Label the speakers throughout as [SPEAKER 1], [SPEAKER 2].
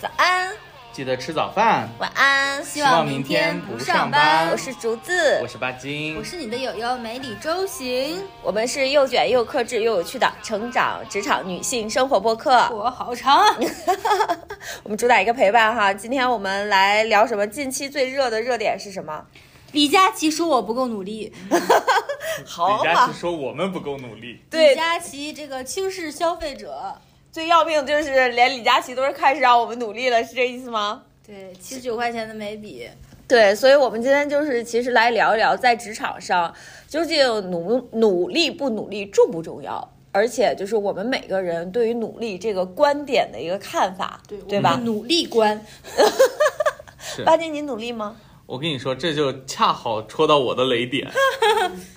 [SPEAKER 1] 早安，
[SPEAKER 2] 记得吃早饭。
[SPEAKER 1] 晚安，
[SPEAKER 2] 希望明天不上班
[SPEAKER 1] 我是竹子
[SPEAKER 2] 我，是巴金，
[SPEAKER 3] 我是你的友友梅里周行，
[SPEAKER 1] 我们是又卷又克制又有趣的成长职场女性生活播客。
[SPEAKER 3] 我好长 啊，
[SPEAKER 1] 我们主打一个陪伴哈，今天我们来聊什么？近期最热的热点是什么？
[SPEAKER 3] 李佳琦说我不够努力，
[SPEAKER 1] 好
[SPEAKER 2] 李佳琦
[SPEAKER 1] 嘛，
[SPEAKER 2] 说我们不够努力，
[SPEAKER 3] 李
[SPEAKER 1] 对，
[SPEAKER 3] 佳琦这个轻视消费者，
[SPEAKER 1] 最要命就是连李佳琦都是开始让我们努力了，是这意思吗？
[SPEAKER 3] 对，七十九块钱的眉笔，
[SPEAKER 1] 对，所以，我们今天就是其实来聊一聊，在职场上究竟努努力不努力重不重要，而且就是我们每个人对于努力这个观点的一个看法，对
[SPEAKER 3] 对
[SPEAKER 1] 吧？
[SPEAKER 3] 努力观，
[SPEAKER 2] 对
[SPEAKER 1] 八戒，你努力吗？
[SPEAKER 2] 我跟你说，这就恰好戳到我的雷 点。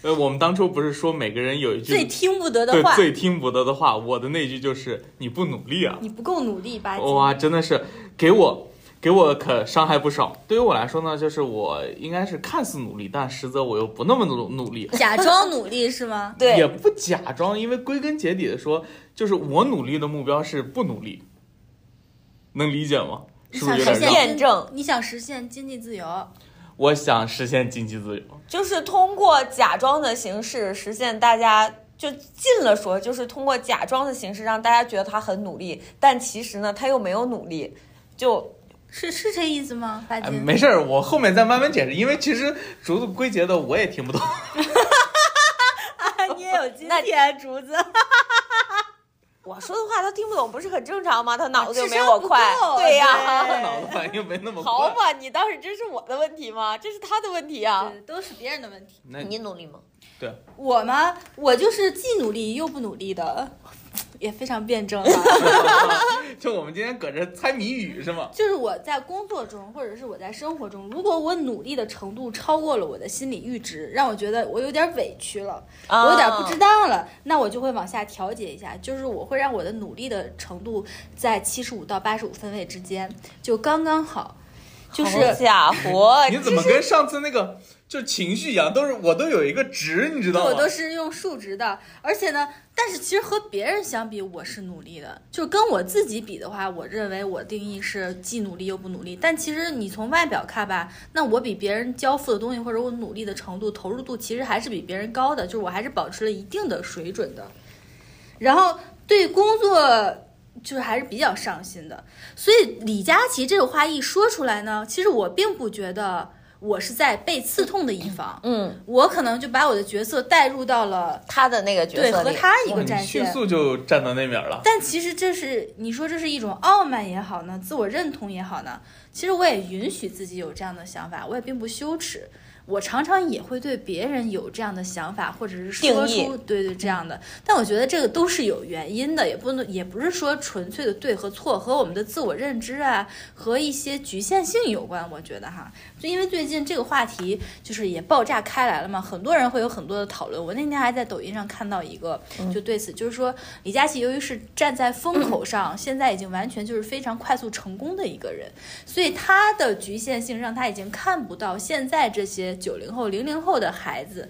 [SPEAKER 2] 呃，我们当初不是说每个人有一句
[SPEAKER 3] 最听不得的
[SPEAKER 2] 对
[SPEAKER 3] 话，
[SPEAKER 2] 最听不得的话，我的那句就是你不努力啊！
[SPEAKER 3] 你不够努力吧唧，
[SPEAKER 2] 哇，真的是给我给我可伤害不少。对于我来说呢，就是我应该是看似努力，但实则我又不那么努努力。
[SPEAKER 3] 假装努力是吗？
[SPEAKER 2] 也
[SPEAKER 1] 对，
[SPEAKER 2] 不假装，因为归根结底的说，就是我努力的目标是不努力，能理解吗？ 是不是有
[SPEAKER 3] 你
[SPEAKER 2] 点
[SPEAKER 3] 想实
[SPEAKER 2] 绕
[SPEAKER 3] 现？
[SPEAKER 1] 验证
[SPEAKER 3] 你想实现经济自由，
[SPEAKER 2] 我想实现经济自由，
[SPEAKER 1] 就是通过假装的形式实现大家。就近了说，就是通过假装的形式让大家觉得他很努力，但其实呢，他又没有努力，就是
[SPEAKER 3] 是这意思吗？巴
[SPEAKER 2] 哎，
[SPEAKER 3] 金，
[SPEAKER 2] 没事儿，我后面再慢慢解释，因为其实竹子归结的我也听不懂。
[SPEAKER 3] 你也有今
[SPEAKER 1] 哦那
[SPEAKER 3] 天，竹子，
[SPEAKER 1] 我 说的话他听不懂，不是很正常吗？他脑子又
[SPEAKER 3] 啊智
[SPEAKER 1] 没
[SPEAKER 3] 商
[SPEAKER 2] 商
[SPEAKER 1] 我
[SPEAKER 3] 不
[SPEAKER 1] 快，
[SPEAKER 3] 够
[SPEAKER 1] 对呀、
[SPEAKER 3] 对
[SPEAKER 2] 脑子反应没那么
[SPEAKER 1] 好
[SPEAKER 2] 快。
[SPEAKER 1] 嘛，你当时这是我的问题吗？这是他的问题啊！
[SPEAKER 3] 对都是别人的问题。
[SPEAKER 2] 那
[SPEAKER 1] 你努力吗？
[SPEAKER 2] 对，
[SPEAKER 3] 我吗？我就是既努力又不努力的， 也非常辩证啊。
[SPEAKER 2] 就我们今天搁这猜谜语是吗？
[SPEAKER 3] 就是我在工作中，或者是我在生活中，如果我努力的程度超过了我的心理阈值，让我觉得我有点委屈了，我有点不值
[SPEAKER 1] 道。
[SPEAKER 3] 当了，那我就会往下调节一下，就是我会让我的努力的程度在七十五到八十五分位之间，就刚刚好。就
[SPEAKER 1] 好
[SPEAKER 3] 是
[SPEAKER 1] 家
[SPEAKER 3] 呃
[SPEAKER 1] 伙，
[SPEAKER 2] 你怎么跟上次那个就情绪一样，都是我都有一个值，你知道吗？啊
[SPEAKER 3] 我都是用数值的，而且呢，但是其实和别人相比，我是努力的。就跟我自己比的话，我认为我定义是既努力又不努力。但其实你从外表看吧，那我比别人交付的东西或者我努力的程度、投入度，其实还是比别人高的，就是我还是保持了一定的水准的。然后对工作就是还是比较上心的。所以李佳琦这个话一说出来呢，其实我并不觉得我是在被刺痛的一方。
[SPEAKER 1] 嗯，
[SPEAKER 3] 我可能就把我的角色带入到了
[SPEAKER 1] 他的那个角
[SPEAKER 3] 对
[SPEAKER 1] 色
[SPEAKER 3] 和
[SPEAKER 1] 里嗯
[SPEAKER 3] 他一个
[SPEAKER 2] 哦你
[SPEAKER 3] 战
[SPEAKER 2] 迅
[SPEAKER 3] 线。
[SPEAKER 2] 速就站到那边了。
[SPEAKER 3] 但其实这是你说这是一种傲慢也好呢，自我认同也好呢，其实我也允许自己有这样的想法，我也并不羞耻。我常常也会对别人有这样的想法，或者是说
[SPEAKER 1] 定义
[SPEAKER 3] 出对对这样的，但我觉得这个都是有原因的，也不能也不是说纯粹的对和错，和我们的自我认知啊和一些局限性有关。我觉得哈，就因为最近这个话题就是也爆炸开来了嘛，很多人会有很多的讨论。我那天还在抖音上看到一个，
[SPEAKER 1] 嗯
[SPEAKER 3] 就对此就是说，李佳琦由于是站在风口上，现在已经完全就是非常快速成功的一个人，所以他的局限性让他已经看不到现在这些九零后、零零后的孩子。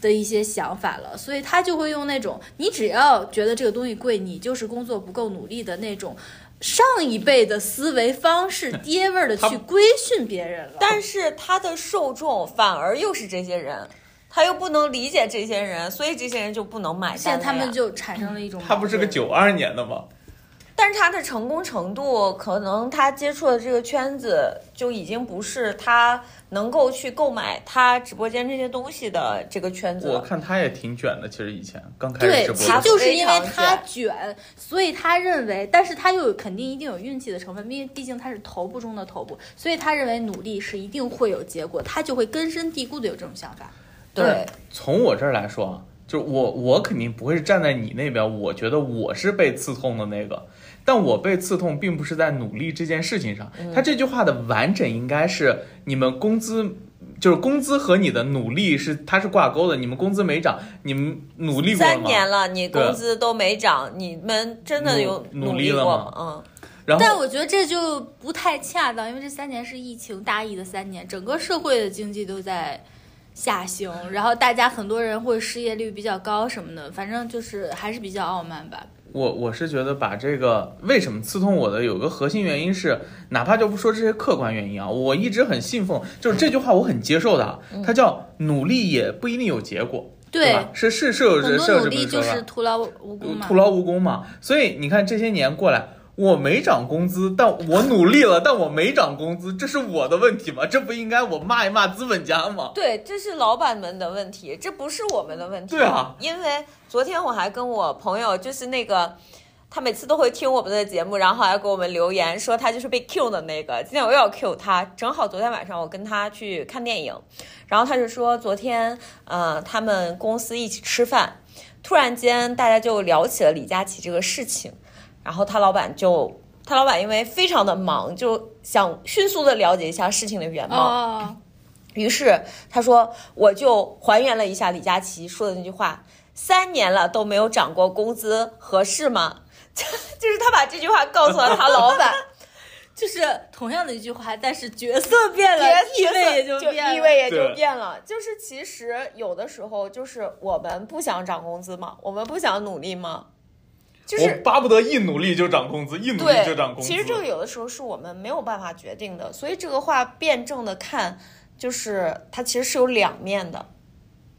[SPEAKER 3] 的一些想法了，所以他就会用那种你只要觉得这个东西贵，你就是工作不够努力的那种上一辈的思维方式、爹味儿的
[SPEAKER 2] 他
[SPEAKER 3] 去规训别人了。
[SPEAKER 1] 但是他的受众反而又是这些人，他又不能理解这些人，所以这些人就不能买
[SPEAKER 3] 现
[SPEAKER 1] 单了
[SPEAKER 3] 在
[SPEAKER 1] 呀。
[SPEAKER 3] 他们就产生了一种矛盾，
[SPEAKER 2] 他不是个九二年的吗？
[SPEAKER 1] 但是他的成功程度，可能他接触的这个圈子就已经不是他能够去购买他直播间这些东西的这个圈子
[SPEAKER 2] 我
[SPEAKER 1] 了。
[SPEAKER 2] 看他也挺卷的，其实以前刚开始
[SPEAKER 3] 对
[SPEAKER 2] 直，播
[SPEAKER 3] 其实
[SPEAKER 2] 的时候，
[SPEAKER 3] 就是因为他
[SPEAKER 1] 非常
[SPEAKER 3] 卷，所以他认为，但是他又有肯定一定有运气的成分，因为毕竟他是头部中的头部，所以他认为努力是一定会有结果，他就会根深蒂固的有这种想法。
[SPEAKER 1] 对
[SPEAKER 2] 但是从我这儿来说啊，就是我我肯定不会是站在你那边，我觉得我是被刺痛的那个，但我被刺痛并不是在努力这件事情上。
[SPEAKER 1] 嗯
[SPEAKER 2] 他这句话的完整应该是你们工资。就是工资和你的努力是它是挂钩的，你们工资没涨，你们努力过了
[SPEAKER 1] 三
[SPEAKER 2] 吗？
[SPEAKER 1] 年了，你
[SPEAKER 2] 对
[SPEAKER 1] 工资都没涨，你们真的有
[SPEAKER 2] 努努
[SPEAKER 1] 力
[SPEAKER 2] 力
[SPEAKER 1] 过
[SPEAKER 2] 了
[SPEAKER 1] 吗？嗯，
[SPEAKER 2] 然后
[SPEAKER 3] 但我觉得这就不太恰当，因为这三年是疫情大疫的三年，整个社会的经济都在下行，然后大家很多人会失业率比较高什么的，反正就是还是比较傲慢吧。
[SPEAKER 2] 我我是觉得把这个为什么刺痛我的有个核心原因是，哪怕就不说这些客观原因啊，我一直很信奉，就是这句话我很接受的啊，
[SPEAKER 1] 嗯
[SPEAKER 2] 它叫努力也不一定有结果，对吧？是是是有
[SPEAKER 3] 很
[SPEAKER 2] 是
[SPEAKER 3] 多
[SPEAKER 2] 有
[SPEAKER 3] 努
[SPEAKER 2] 这么
[SPEAKER 3] 力
[SPEAKER 2] 一说
[SPEAKER 3] 就
[SPEAKER 2] 吧
[SPEAKER 3] 是徒劳无
[SPEAKER 2] 呃
[SPEAKER 3] 功嘛哦
[SPEAKER 2] 徒。劳无功嘛。所以你看这些年过来，我没涨工资，但我努力了，但我没涨工资，这是我的问题吗？这不应该我骂一骂资本家吗？
[SPEAKER 1] 对，这是老板们的问题，这不是我们的问题。
[SPEAKER 2] 对啊，
[SPEAKER 1] 因为昨天我还跟我朋友，就是那个，他每次都会听我们的节目，然后还给我们留言说他就是被 Q 的那个。今天我又要 Q 他，正好昨天晚上我跟他去看电影，然后他就说昨天，呃，他们公司一起吃饭，突然间大家就聊起了李佳琦这个事情，然后他老板就。他老板因为非常的忙，就想迅速的了解一下事情的原貌，
[SPEAKER 3] 哦，
[SPEAKER 1] 于是他说，我就还原了一下李佳琦说的那句话：“三年了都没有涨过工资，合适吗？” 就是他把这句话告诉了他老 板，
[SPEAKER 3] 就是同样的一句话，但是角色变了，地
[SPEAKER 1] 角色
[SPEAKER 3] 位也
[SPEAKER 1] 就
[SPEAKER 3] 变了。
[SPEAKER 1] 地位也就
[SPEAKER 2] 对
[SPEAKER 1] 变了。就是其实有的时候，就是我们不想涨工资嘛，我们不想努力嘛，就是
[SPEAKER 2] 我巴不得一努力就涨工资，一努力就涨
[SPEAKER 1] 对，
[SPEAKER 2] 工资。
[SPEAKER 1] 其实这个有的时候是我们没有办法决定的，所以这个话辩证的看，就是它其实是有两面的。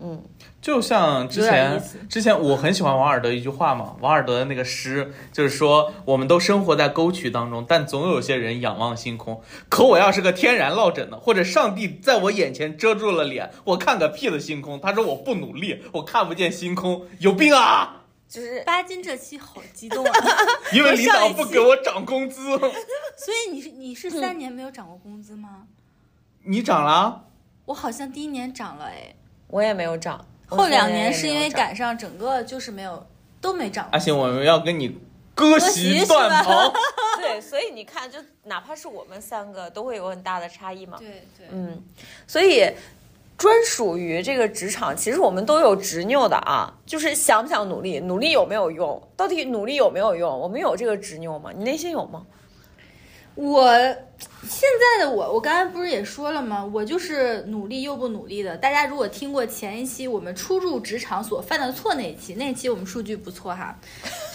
[SPEAKER 1] 嗯，
[SPEAKER 2] 就像之
[SPEAKER 3] 有点意
[SPEAKER 2] 前
[SPEAKER 3] 思
[SPEAKER 2] 之前我很喜欢王尔德一句话嘛，王尔德的那个诗就是说，我们都生活在沟渠当中，但总有些人仰望星空。可我要是个天然落枕呢，或者上帝在我眼前遮住了脸，我看个屁的星空。他说我不努力，我看不见星空，有病啊！
[SPEAKER 1] 就是
[SPEAKER 3] 巴金这期好激动啊！
[SPEAKER 2] 因为领
[SPEAKER 3] 上
[SPEAKER 2] 导
[SPEAKER 3] 一
[SPEAKER 2] 不
[SPEAKER 3] 期
[SPEAKER 2] 给我涨工 资，
[SPEAKER 3] 所以你是你是三年没有涨过工资吗？
[SPEAKER 2] 你涨了啊，
[SPEAKER 3] 我好像第一年涨了哎，
[SPEAKER 1] 我也没有涨，
[SPEAKER 3] 后两
[SPEAKER 1] 我现在也没有哎
[SPEAKER 3] 年是因为
[SPEAKER 1] 涨。
[SPEAKER 3] 赶上整个就是没有都没涨
[SPEAKER 2] 阿啊信，我们要跟你割
[SPEAKER 3] 席
[SPEAKER 2] 席
[SPEAKER 3] 是
[SPEAKER 2] 断
[SPEAKER 3] 吧
[SPEAKER 2] 袍。
[SPEAKER 1] 对，所以你看，就哪怕是我们三个，都会有很大的差异嘛。
[SPEAKER 3] 对对，
[SPEAKER 1] 嗯，所以专属于这个职场，其实我们都有执拗的啊，就是想不想努力，努力有没有用，到底努力有没有用，我们有这个执拗吗？你内心有吗？
[SPEAKER 3] 我现在的我，我刚才不是也说了吗？我就是努力又不努力的。大家如果听过前一期我们初入职场所犯的错那一期，那一期我们数据不错哈。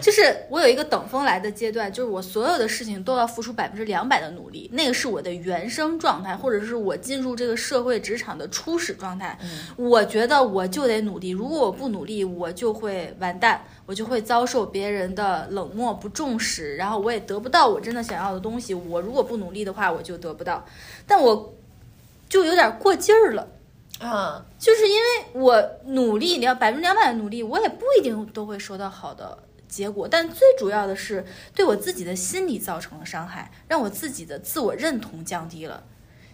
[SPEAKER 3] 就是我有一个等风来的阶段，就是我所有的事情都要付出百分之两百的努力，那个是我的原生状态，或者是我进入这个社会职场的初始状态。我觉得我就得努力，如果我不努力，我就会完蛋，我就会遭受别人的冷漠、不重视，然后我也得不到我真的想要的东西。我如果不努力的话，我就得不到。但我就有点过劲儿了。
[SPEAKER 1] 啊，
[SPEAKER 3] 就是因为我努力，你要百分之两百的努力，我也不一定都会收到好的结果。但最主要的是，对我自己的心理造成了伤害，让我自己的自我认同降低了。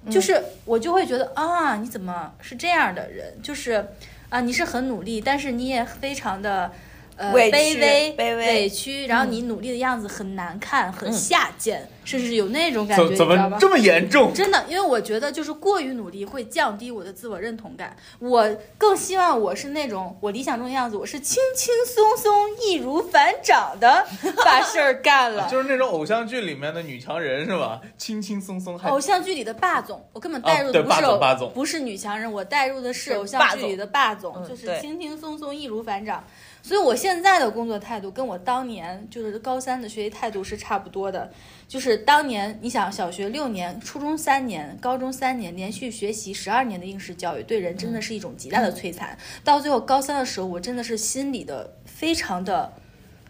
[SPEAKER 1] 嗯
[SPEAKER 3] 就是我就会觉得啊，你怎么是这样的人？就是啊，你是很努力，但是你也非常的。呃，
[SPEAKER 1] 委屈
[SPEAKER 3] 卑微、
[SPEAKER 1] 卑微嗯
[SPEAKER 3] 委屈，然后你努力的样子很难看，很下贱，甚至有那种感觉，
[SPEAKER 2] 怎
[SPEAKER 3] 你
[SPEAKER 2] 怎
[SPEAKER 3] 知道
[SPEAKER 2] 么
[SPEAKER 3] 吗？
[SPEAKER 2] 这么严重？
[SPEAKER 3] 真的，因为我觉得就是过于努力会降低我的自我认同感。我更希望我是那种我理想中的样子，我是轻轻松松、易如反掌的把事儿干了。
[SPEAKER 2] 就是那种偶像剧里面的女强人是吧？轻轻松松还
[SPEAKER 3] 偶像剧里的霸总，我根本带入的
[SPEAKER 2] 哦对
[SPEAKER 3] 不是、
[SPEAKER 2] 霸总霸总
[SPEAKER 3] 不是女强人，我带入的是
[SPEAKER 1] 是
[SPEAKER 3] 偶像剧里的霸总，
[SPEAKER 1] 霸总嗯
[SPEAKER 3] 就是
[SPEAKER 1] 对
[SPEAKER 3] 轻轻松松、易如反掌。所以我现在的工作态度跟我当年就是高三的学习态度是差不多的，就是当年你想小学六年、初中三年、高中三年连续学习十二年的应试教育，对人真的是一种极大的摧残。到最后高三的时候，我真的是心里的非常的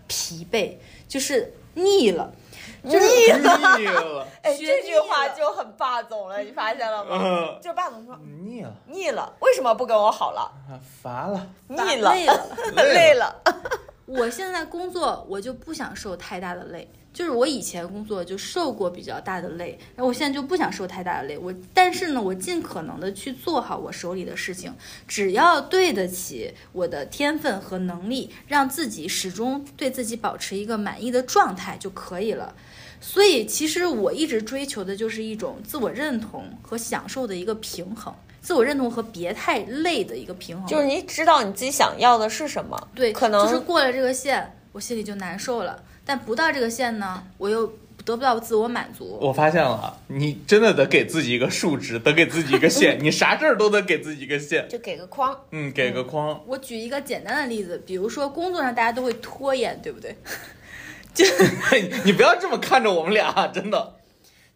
[SPEAKER 3] 疲惫，就是腻了。
[SPEAKER 2] 腻了，
[SPEAKER 1] 哎，
[SPEAKER 3] 学
[SPEAKER 1] 这
[SPEAKER 3] 腻
[SPEAKER 1] 句话
[SPEAKER 3] 了
[SPEAKER 1] 就很霸总了，你发现了吗？
[SPEAKER 2] 嗯
[SPEAKER 1] 就是霸总说
[SPEAKER 2] 腻了，
[SPEAKER 1] 腻了，为什么不跟我好了？
[SPEAKER 2] 啊乏了，
[SPEAKER 1] 腻
[SPEAKER 3] 乏
[SPEAKER 1] 了，
[SPEAKER 3] 累了
[SPEAKER 1] 累了，
[SPEAKER 3] 我现在工作，我就不想受太大的累。就是我以前工作就受过比较大的累，然后我现在就不想受太大的累。我但是呢，我尽可能的去做好我手里的事情，只要对得起我的天分和能力，让自己始终对自己保持一个满意的状态就可以了。所以，其实我一直追求的就是一种自我认同和享受的一个平衡，自我认同和别太累的一个平衡。
[SPEAKER 1] 就是你知道你自己想要的是什么，
[SPEAKER 3] 对，
[SPEAKER 1] 可能
[SPEAKER 3] 就是过了这个线，我心里就难受了。但不到这个线呢，我又得不到自我满足。
[SPEAKER 2] 我发现了，你真的得给自己一个数值，得给自己一个 线，你啥事儿都得给自己一个线。
[SPEAKER 1] 就给个框。
[SPEAKER 2] 嗯，给个 框。
[SPEAKER 3] 我举一个简单的例子，比如说工作上大家都会拖延，对不对？就
[SPEAKER 2] 你不要这么看着我们俩，真的。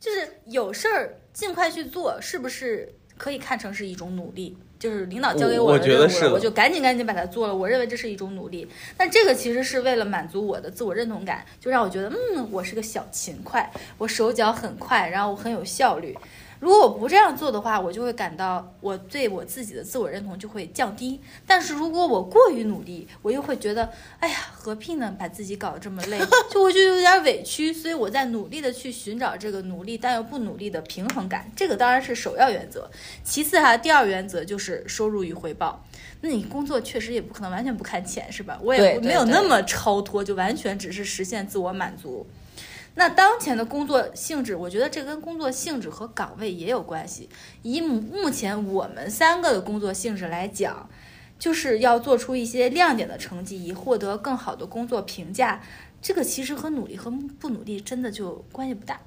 [SPEAKER 3] 就是有事儿尽快去做，是不是可以看成是一种努力？就是领导交给
[SPEAKER 2] 我我
[SPEAKER 3] 的
[SPEAKER 2] 觉
[SPEAKER 3] 任务
[SPEAKER 2] 得
[SPEAKER 3] 了，
[SPEAKER 2] 是的
[SPEAKER 3] 我就赶紧赶紧把它做了。我认为这是一种努力，但这个其实是为了满足我的自我认同感，就让我觉得，嗯，我是个小勤快，我手脚很快，然后我很有效率。如果我不这样做的话，我就会感到我对我自己的自我认同就会降低。但是如果我过于努力，我又会觉得，哎呀，何必呢？把自己搞得 这么累，就我就有点委屈。所以我在努力的去寻找这个努力但又不努力的平衡感，这个当然是首要原则。其次啊哈，第二原则就是收入与回报。那你工作确实也不可能完全不看钱，是吧？我
[SPEAKER 1] 对
[SPEAKER 3] 也
[SPEAKER 1] 对
[SPEAKER 3] 没有那么超脱，就完全只是实现自我满足。那当前的工作性质，我觉得这跟工作性质和岗位也有关系。以目目前我们三个的工作性质来讲，就是要做出一些亮点的成绩，以获得更好的工作评价。这个其实和努力和不努力真的就关系不大，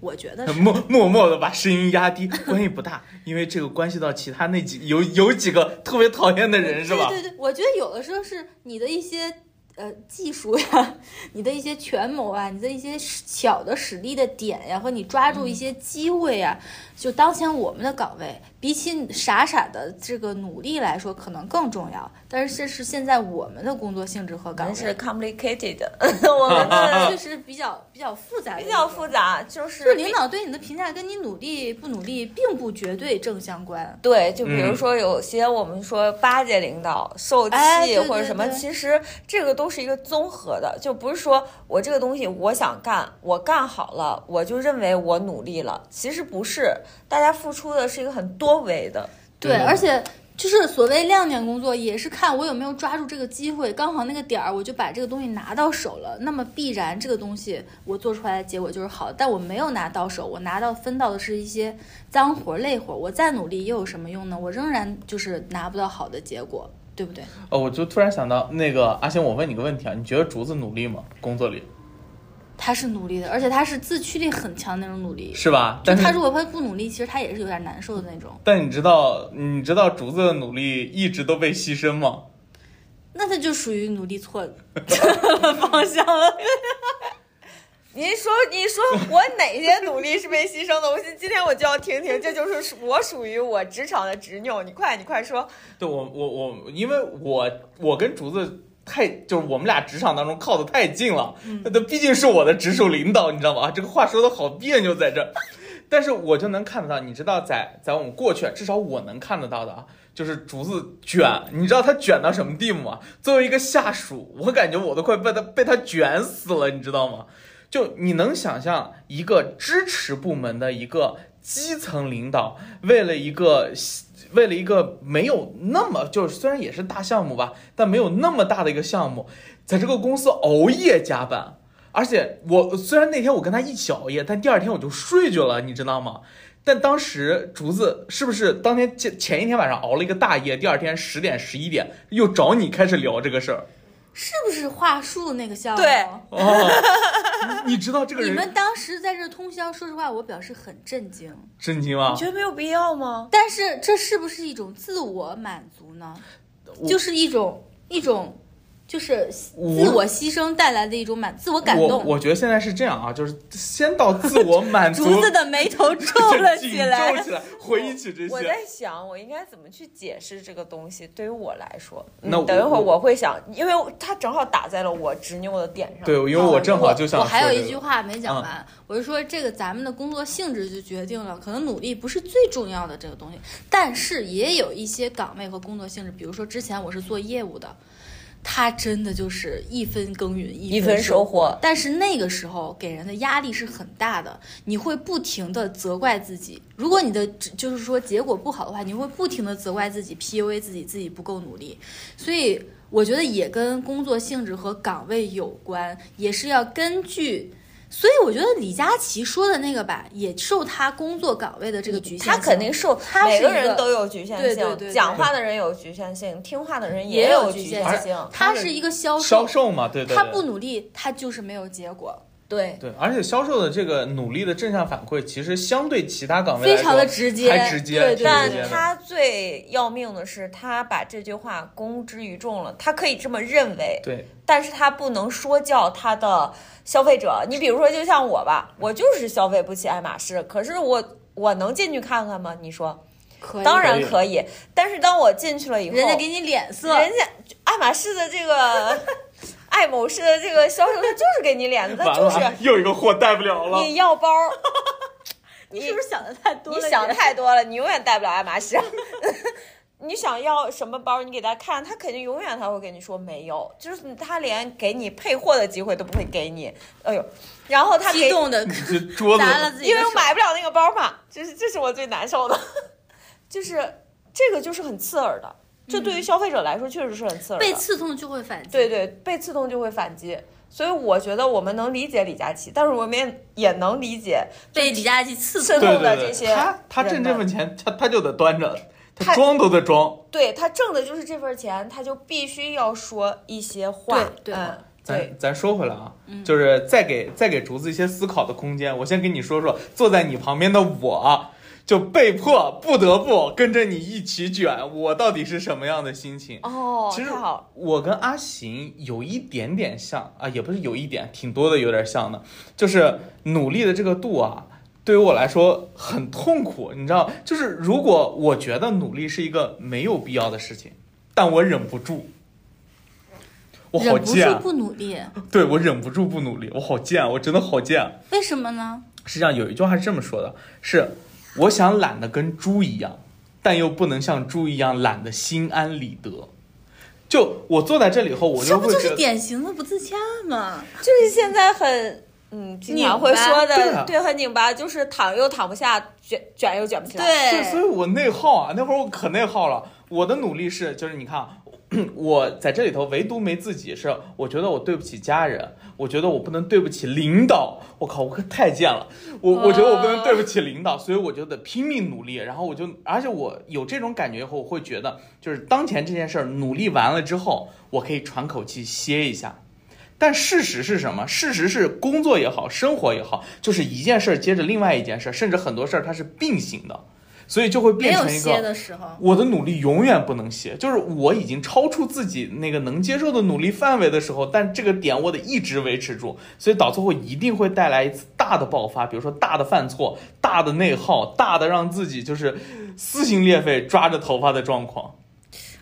[SPEAKER 3] 我觉得是。
[SPEAKER 2] 默默默的把声音压低，关系不大，因为这个关系到其他那几有有几个特别讨厌的人是吧？
[SPEAKER 3] 对对对，我觉得有的时候是你的一些呃技术呀， 你的一些权谋啊，你的一些小的实力的点呀，和你抓
[SPEAKER 2] 嗯
[SPEAKER 3] 住一些机会呀，就当前我们的岗位，比起傻傻的这个努力来说，可能更重要。但是这是现在我们的工作性质和
[SPEAKER 1] 我
[SPEAKER 3] 岗
[SPEAKER 1] 们
[SPEAKER 3] 位
[SPEAKER 1] 是 complicated，我 们
[SPEAKER 3] 呃确
[SPEAKER 1] 的
[SPEAKER 3] 实比较比较复杂的一
[SPEAKER 1] 比
[SPEAKER 3] 个，
[SPEAKER 1] 较复杂，就
[SPEAKER 3] 就是
[SPEAKER 1] 是
[SPEAKER 3] 领导对你的评价跟你努力不努力并不绝对正相关。
[SPEAKER 1] 对，就比如
[SPEAKER 2] 嗯
[SPEAKER 1] 说有些我们说巴结领导、受气
[SPEAKER 3] 哎对
[SPEAKER 1] 或者
[SPEAKER 3] 对
[SPEAKER 1] 什么，
[SPEAKER 3] 对
[SPEAKER 1] 其实这个都是一个综合的，就不是说我这个东西我想干，我干好了，我就认为我努力了，其实不是，大家付出的是一个很多维的，
[SPEAKER 3] 对，
[SPEAKER 2] 嗯
[SPEAKER 3] 而且就是所谓亮点工作，也是看我有没有抓住这个机会，刚好那个点儿，我就把这个东西拿到手了。那么必然这个东西我做出来的结果就是好的，但我没有拿到手，我拿到分到的是一些脏活儿累活儿，我再努力又有什么用呢？我仍然就是拿不到好的结果，对不对？
[SPEAKER 2] 哦，我就突然想到那个阿星，我问你个问题啊，你觉得竹子努力吗？工作里
[SPEAKER 3] 他是努力的，而且他是自驱力很强的那种努力。
[SPEAKER 2] 是吧？
[SPEAKER 3] 就
[SPEAKER 2] 但
[SPEAKER 3] 他
[SPEAKER 2] 是
[SPEAKER 3] 如果他不努力，其实他也是有点难受的那种。
[SPEAKER 2] 但你知道你知道竹子的努力一直都被牺牲吗？
[SPEAKER 3] 那他就属于努力错了方向了。
[SPEAKER 1] 您说，你说我哪些努力是被牺牲的？我今今天我就要听听，这就是属我属于我职场的执拗。你快，你快说，
[SPEAKER 2] 对我我我，因为我我跟竹子太就是我们俩职场当中靠得太近了，那、都毕竟是我的直属领导，你知道吗？啊这个话说的好别扭在这儿，但是我就能看得到，你知道在在我们过去，至少我能看得到的啊。就是竹子卷，你知道他卷到什么地步吗？作为一个下属，我感觉我都快被他被他卷死了，你知道吗？就你能想象一个支持部门的一个基层领导，为了一个为了一个没有那么就是虽然也是大项目吧，但没有那么大的一个项目，在这个公司熬夜加班，而且我虽然那天我跟他一起熬夜，但第二天我就睡去了，你知道吗？但当时竹子是不是当天前前一天晚上熬了一个大夜，第二天十点十一点又找你开始聊这个 事儿？
[SPEAKER 3] 是不是话术那个项目？
[SPEAKER 1] 对
[SPEAKER 2] 哦，你你知道这个
[SPEAKER 3] 你
[SPEAKER 2] 人
[SPEAKER 3] 们当时在这通宵，说实话，我表示很震惊。
[SPEAKER 2] 震惊啊吗
[SPEAKER 1] 你？觉得没有必要吗？
[SPEAKER 3] 但是这是不是一种自我满足呢？
[SPEAKER 2] 我
[SPEAKER 3] 就是一种一种，就是自
[SPEAKER 2] 我
[SPEAKER 3] 我牺牲带来的一种满自我感
[SPEAKER 2] 我
[SPEAKER 3] 动。
[SPEAKER 2] 我觉得现在是这样啊，就是先到自我满足，
[SPEAKER 3] 竹子的眉头皱了
[SPEAKER 2] 紧
[SPEAKER 3] 起 来
[SPEAKER 2] 皱。起来，回忆起这
[SPEAKER 1] 我
[SPEAKER 2] 些。
[SPEAKER 1] 在想，我应该怎么去解释这个东西？对于我来说，
[SPEAKER 2] 那
[SPEAKER 1] 嗯等一会儿
[SPEAKER 2] 我
[SPEAKER 1] 我会想，因为它正好打在了我执拗的点上。
[SPEAKER 2] 对，因为我正好就想
[SPEAKER 3] 哦我还有
[SPEAKER 2] 说这
[SPEAKER 3] 一句
[SPEAKER 2] 个啊
[SPEAKER 3] 话没讲完，我就说这个咱们的工作性质就决定了，可能努力不是最重要的这个东西，但是也有一些岗位和工作性质，比如说之前我是做业务的。他真的就是一分耕耘
[SPEAKER 1] 一
[SPEAKER 3] 一
[SPEAKER 1] 分
[SPEAKER 3] 分
[SPEAKER 1] 收
[SPEAKER 3] 收
[SPEAKER 1] 获
[SPEAKER 3] 但是那个时候给人的压力是很大的，你会不停的责怪自己。如果你的就是说结果不好的话，你会不停的责怪自己，PUA 自己，自己不够努力。所以我觉得也跟工作性质和岗位有关，也是要根据。所以我觉得李佳琦说的那个吧，也受他工作岗位的这个局限性。
[SPEAKER 1] 嗯他肯定受，
[SPEAKER 3] 他是
[SPEAKER 1] 每
[SPEAKER 3] 一个
[SPEAKER 1] 个人都有局限性，
[SPEAKER 3] 对对对对
[SPEAKER 1] 讲话的人有局限性，听话的人
[SPEAKER 3] 也
[SPEAKER 1] 有
[SPEAKER 3] 有
[SPEAKER 1] 局
[SPEAKER 3] 局
[SPEAKER 1] 限
[SPEAKER 3] 限
[SPEAKER 2] 性
[SPEAKER 1] 性。
[SPEAKER 3] 他是一个销售，
[SPEAKER 2] 销售嘛，对对对，
[SPEAKER 3] 他不努力，他就是没有结果。
[SPEAKER 1] 对，
[SPEAKER 2] 对，而且销售的这个努力的正向反馈，其实相对其他岗位来
[SPEAKER 3] 非
[SPEAKER 2] 说
[SPEAKER 3] 常的直接，
[SPEAKER 2] 还直接挺
[SPEAKER 3] 对对
[SPEAKER 2] 直
[SPEAKER 1] 但
[SPEAKER 2] 接
[SPEAKER 3] 对
[SPEAKER 2] 的。
[SPEAKER 1] 他最要命的是，他把这句话公之于众了。他可以这么认为，
[SPEAKER 2] 对，
[SPEAKER 1] 但是他不能说教他的消费者。你比如说，就像我吧，我就是消费不起爱马仕，可是我我能进去看看吗？你说，
[SPEAKER 3] 可以
[SPEAKER 1] 当然可
[SPEAKER 2] 可以
[SPEAKER 1] 以。但是当我进去了以后，
[SPEAKER 3] 人家给你脸色，
[SPEAKER 1] 人家爱马仕的这个 爱某仕的这个销售，他就是给你脸子，他
[SPEAKER 2] 完
[SPEAKER 1] 就是
[SPEAKER 2] 了，哎又一个货带不了了。
[SPEAKER 1] 你要包儿。
[SPEAKER 3] 你是不是想的太多了？
[SPEAKER 1] 你想太多了，你永远带不了爱马仕。 你想要什么包，你给他看，他肯定永远他会跟你说没有，就是他连给你配货的机会都不会给你。哎呦，然后他
[SPEAKER 3] 激
[SPEAKER 1] 给，
[SPEAKER 3] 动的
[SPEAKER 2] 这桌子
[SPEAKER 3] 砸了自己
[SPEAKER 1] 因
[SPEAKER 3] 的
[SPEAKER 1] 为
[SPEAKER 3] 手
[SPEAKER 1] 我买不了那个包嘛，就是这是我最难受的， 就是这个就是很刺耳的，这对于消费者来说确实是很刺耳的。
[SPEAKER 3] 嗯被刺痛就会反击。
[SPEAKER 1] 对对，被刺痛就会反击，所以我觉得我们能理解李佳琦，但是我们也也能理解
[SPEAKER 3] 被李佳琦刺
[SPEAKER 1] 刺
[SPEAKER 3] 痛。
[SPEAKER 1] 痛
[SPEAKER 2] 对
[SPEAKER 1] 的
[SPEAKER 2] 对
[SPEAKER 1] 这些
[SPEAKER 2] 对，他他挣
[SPEAKER 1] 人
[SPEAKER 2] 这
[SPEAKER 1] 们
[SPEAKER 2] 份钱，他他就得端着，他
[SPEAKER 1] 他
[SPEAKER 2] 装都得装。
[SPEAKER 1] 对他挣的就是这份钱，他就必须要说一些话。
[SPEAKER 3] 对对
[SPEAKER 1] 嗯，对嗯
[SPEAKER 2] 咱咱说回来啊，就是再给再给竹子一些思考的空间。我先跟你说说，坐在你旁边的我，就被迫不得不跟着你一起卷，我到底是什么样的心情？
[SPEAKER 1] 哦，
[SPEAKER 2] 其实
[SPEAKER 1] 太好了，
[SPEAKER 2] 我跟阿行有一点点像啊，也不是有一点，挺多的，有点像的，就是努力的这个度啊，对于我来说很痛苦，你知道，就是如果我觉得努力是一个没有必要的事情，但我忍不住，我好
[SPEAKER 3] 忍不
[SPEAKER 2] 贱
[SPEAKER 3] 住
[SPEAKER 2] 啊，
[SPEAKER 3] 不努力，
[SPEAKER 2] 对我忍不住不努力，我好贱啊，我真的好贱啊。
[SPEAKER 3] 为什么呢？
[SPEAKER 2] 实际上有一句话是这么说的，是我想懒得跟猪一样，但又不能像猪一样懒得心安理得。就我坐在这里后，我
[SPEAKER 3] 这
[SPEAKER 2] 就
[SPEAKER 3] 不
[SPEAKER 2] 会
[SPEAKER 3] 就
[SPEAKER 2] 觉
[SPEAKER 3] 是
[SPEAKER 2] 得，
[SPEAKER 3] 典型的不自洽吗？
[SPEAKER 1] 就是现在很。嗯，经常会说
[SPEAKER 2] 拧巴对
[SPEAKER 1] 的
[SPEAKER 2] 啊
[SPEAKER 1] 对，很拧巴，就是躺又躺不下，卷卷又卷不起来。，
[SPEAKER 2] 对，所以
[SPEAKER 3] 对，
[SPEAKER 2] 我内耗啊，那会儿我可内耗了。我的努力是，就是你看啊， 我在这里头唯独没自己，是我觉得我对不起家人，我觉得我不能对不起领导，我靠，我可太贱了，我我觉得我不能对不起领导，所以我就得拼命努力，然后我就，而且我有这种感觉以后，我会觉得就是当前这件事儿努力完了之后，我可以喘口气歇一下。但事实是什么？事实是工作也好，生活也好，就是一件事儿接着另外一件事儿，甚至很多事儿它是并行的，所以就会
[SPEAKER 3] 没
[SPEAKER 2] 变
[SPEAKER 3] 有
[SPEAKER 2] 成一
[SPEAKER 3] 歇
[SPEAKER 2] 个
[SPEAKER 3] 的时候，
[SPEAKER 2] 我的努力永远不能歇，就是我已经超出自己那个能接受的努力范围的时候，但这个点我得一直维持住，所以到最后一定会带来一次大的爆发，比如说大的犯错、大的内耗、大的让自己就是撕心裂肺、抓着头发的状况。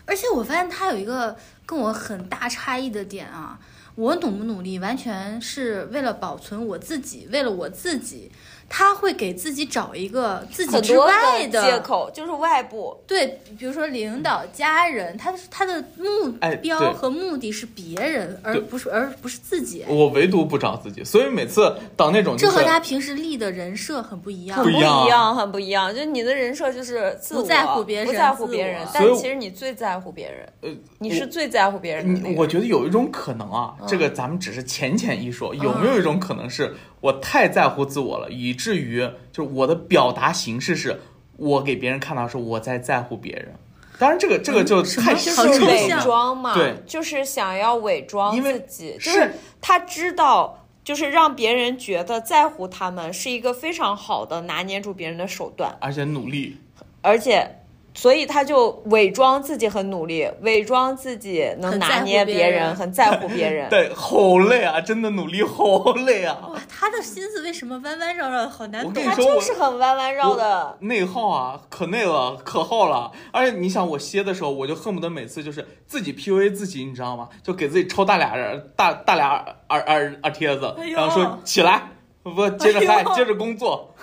[SPEAKER 3] 而且我发现他有一个跟我很大差异的点啊，我努不努力完全是为了保存我自己，为了我自己，他会给自己找一个自己
[SPEAKER 1] 很
[SPEAKER 3] 之
[SPEAKER 1] 多
[SPEAKER 3] 外
[SPEAKER 1] 的借口就是外部，
[SPEAKER 3] 对，比如说领导、家人，他他的目
[SPEAKER 2] 哎对
[SPEAKER 3] 标和目的是别人，而
[SPEAKER 2] 对
[SPEAKER 3] 不是而不是自己。
[SPEAKER 2] 我唯独不找自己，所以每次到那种就
[SPEAKER 3] 这
[SPEAKER 2] 是
[SPEAKER 3] 和他平时立的人设很不一样
[SPEAKER 1] 很
[SPEAKER 2] 不。一样啊
[SPEAKER 1] 一样，很不一样。就是你的人设就是自我，
[SPEAKER 3] 不在乎别人
[SPEAKER 1] 不在乎别人
[SPEAKER 3] 自我，
[SPEAKER 1] 但
[SPEAKER 2] 所以
[SPEAKER 1] 其实你最在乎别人，
[SPEAKER 2] 呃，
[SPEAKER 1] 你是最在乎别人的那
[SPEAKER 2] 你，
[SPEAKER 1] 个
[SPEAKER 2] 我
[SPEAKER 1] 人。
[SPEAKER 2] 觉得有一种可能啊，这个咱们只是浅浅一说，有没有一种可能是我太在乎自我了，以至于就是我的表达形式是我给别人看到是我在在乎别人。当然，这个这个就
[SPEAKER 3] 什
[SPEAKER 2] 太
[SPEAKER 3] 么
[SPEAKER 2] 深
[SPEAKER 3] 好
[SPEAKER 2] 入
[SPEAKER 1] 就是
[SPEAKER 3] 抽
[SPEAKER 2] 了
[SPEAKER 1] 伪
[SPEAKER 3] 象
[SPEAKER 1] 装嘛，
[SPEAKER 2] 对
[SPEAKER 1] 就是想要伪装
[SPEAKER 2] 因为
[SPEAKER 1] 自己，就是他知道，就是让别人觉得在乎他们是一个非常好的拿捏住别人的手段，
[SPEAKER 2] 而且努力。
[SPEAKER 1] 而且，所以他就伪装自己很努力，伪装自己能拿捏人，很在乎别人。
[SPEAKER 2] 对，好累啊！真的努力好累啊！
[SPEAKER 3] 哇，他的心思为什么弯弯绕绕的，好难
[SPEAKER 2] 我跟
[SPEAKER 3] 懂
[SPEAKER 2] 你
[SPEAKER 1] 他
[SPEAKER 2] 说
[SPEAKER 1] 就是很弯弯绕
[SPEAKER 2] 我
[SPEAKER 1] 的，
[SPEAKER 2] 内耗啊，可内了，可耗了。而且你想，我歇的时候，我就恨不得每次就是自己 PUA 自己，你知道吗？就给自己抽大俩人大大俩耳耳耳耳贴子
[SPEAKER 3] 哎，呦
[SPEAKER 2] 然后说起来，不接着
[SPEAKER 3] 哎
[SPEAKER 2] 嗨
[SPEAKER 3] 呦，
[SPEAKER 2] 接着工作，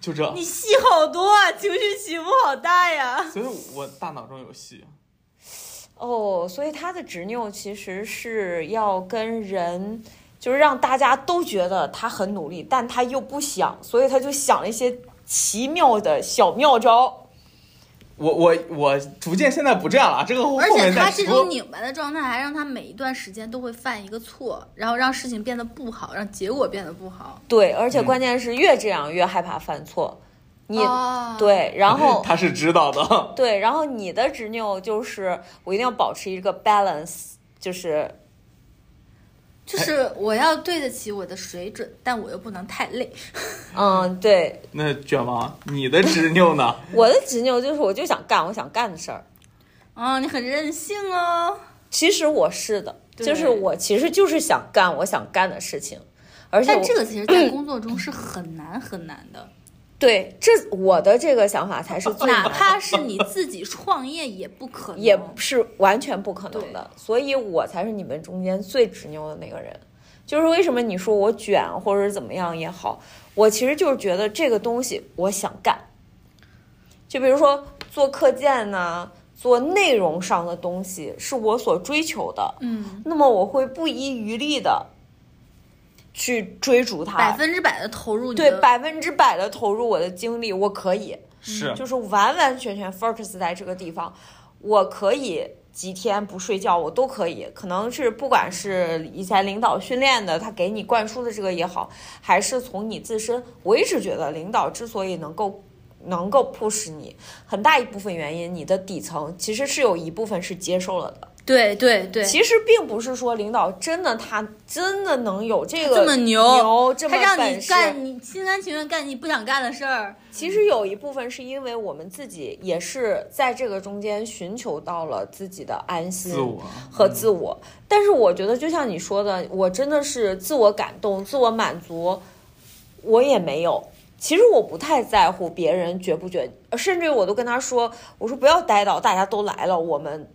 [SPEAKER 2] 就这。
[SPEAKER 3] 你戏好多啊，情绪起伏好大呀。
[SPEAKER 2] 所以我大脑中有戏，
[SPEAKER 1] 哦，所以他的执拗其实是要跟人，就是让大家都觉得他很努力，但他又不想，所以他就想了一些奇妙的小妙招。
[SPEAKER 2] 我我我逐渐现在不这样了，这个后
[SPEAKER 3] 而且
[SPEAKER 2] 面
[SPEAKER 3] 他
[SPEAKER 2] 再
[SPEAKER 3] 这
[SPEAKER 2] 说
[SPEAKER 3] 种。拧巴的状态，还让他每一段时间都会犯一个错，然后让事情变得不好，让结果变得不好。
[SPEAKER 1] 对，而且
[SPEAKER 2] 嗯
[SPEAKER 1] 关键是越这样越害怕犯错。你、
[SPEAKER 3] 哦，
[SPEAKER 1] 对，然后
[SPEAKER 2] 他是知道的，
[SPEAKER 1] 对，然后你的执拗就是我一定要保持一个 balance，就是
[SPEAKER 3] 就是我要对得起我的水准，但我又不能太累。
[SPEAKER 1] 嗯，对，
[SPEAKER 2] 那卷王，你的执拗呢？
[SPEAKER 3] 嗯
[SPEAKER 1] 我的执拗就是我就想干我想干的事儿。
[SPEAKER 3] 哦，你很任性哦。
[SPEAKER 1] 其实我是的，
[SPEAKER 3] 对
[SPEAKER 1] 就是我其实就是想干我想干的事情，而且
[SPEAKER 3] 但
[SPEAKER 1] 我
[SPEAKER 3] 这个其实，在工作中是很难很难的，
[SPEAKER 1] 对这我的这个想法才是最
[SPEAKER 3] 哪
[SPEAKER 1] 难
[SPEAKER 3] 怕是你自己创业也不可能。
[SPEAKER 1] 也是完全不可能的，所以我才是你们中间最执拗的那个人。就是为什么你说我卷或者是怎么样也好，我其实就是觉得这个东西我想干。就比如说做课件呐、做内容上的东西是我所追求的，
[SPEAKER 3] 嗯，
[SPEAKER 1] 那么我会不遗余力的去追逐它，
[SPEAKER 3] 百分之百的投入你的
[SPEAKER 1] 对百分之百的投入我的精力，我可以。
[SPEAKER 2] 是
[SPEAKER 1] 就是完完全全 focus 在这个地方，我可以几天不睡觉，我都可以。可能是不管是以前领导训练的，他给你灌输的这个也好，还是从你自身，我一直觉得领导之所以能够。能够 push 你，很大一部分原因，你的底层其实是有一部分是接受了的。
[SPEAKER 3] 对对对，
[SPEAKER 1] 其实并不是说领导真的他真的能有这个
[SPEAKER 3] 这么牛
[SPEAKER 1] 牛这么
[SPEAKER 3] 他让
[SPEAKER 1] 本
[SPEAKER 3] 你
[SPEAKER 1] 事
[SPEAKER 3] 干你心甘情愿干你不想干的事儿，
[SPEAKER 1] 其实有一部分是因为我们自己也是在这个中间寻求到了自己的安心
[SPEAKER 2] 自我
[SPEAKER 1] 和自我，但是我觉得就像你说的，我真的是自我感动、自我满足，我也没有。其实我不太在乎别人觉不觉，呃甚至我都跟他说，我说不要待到大家都来了，我们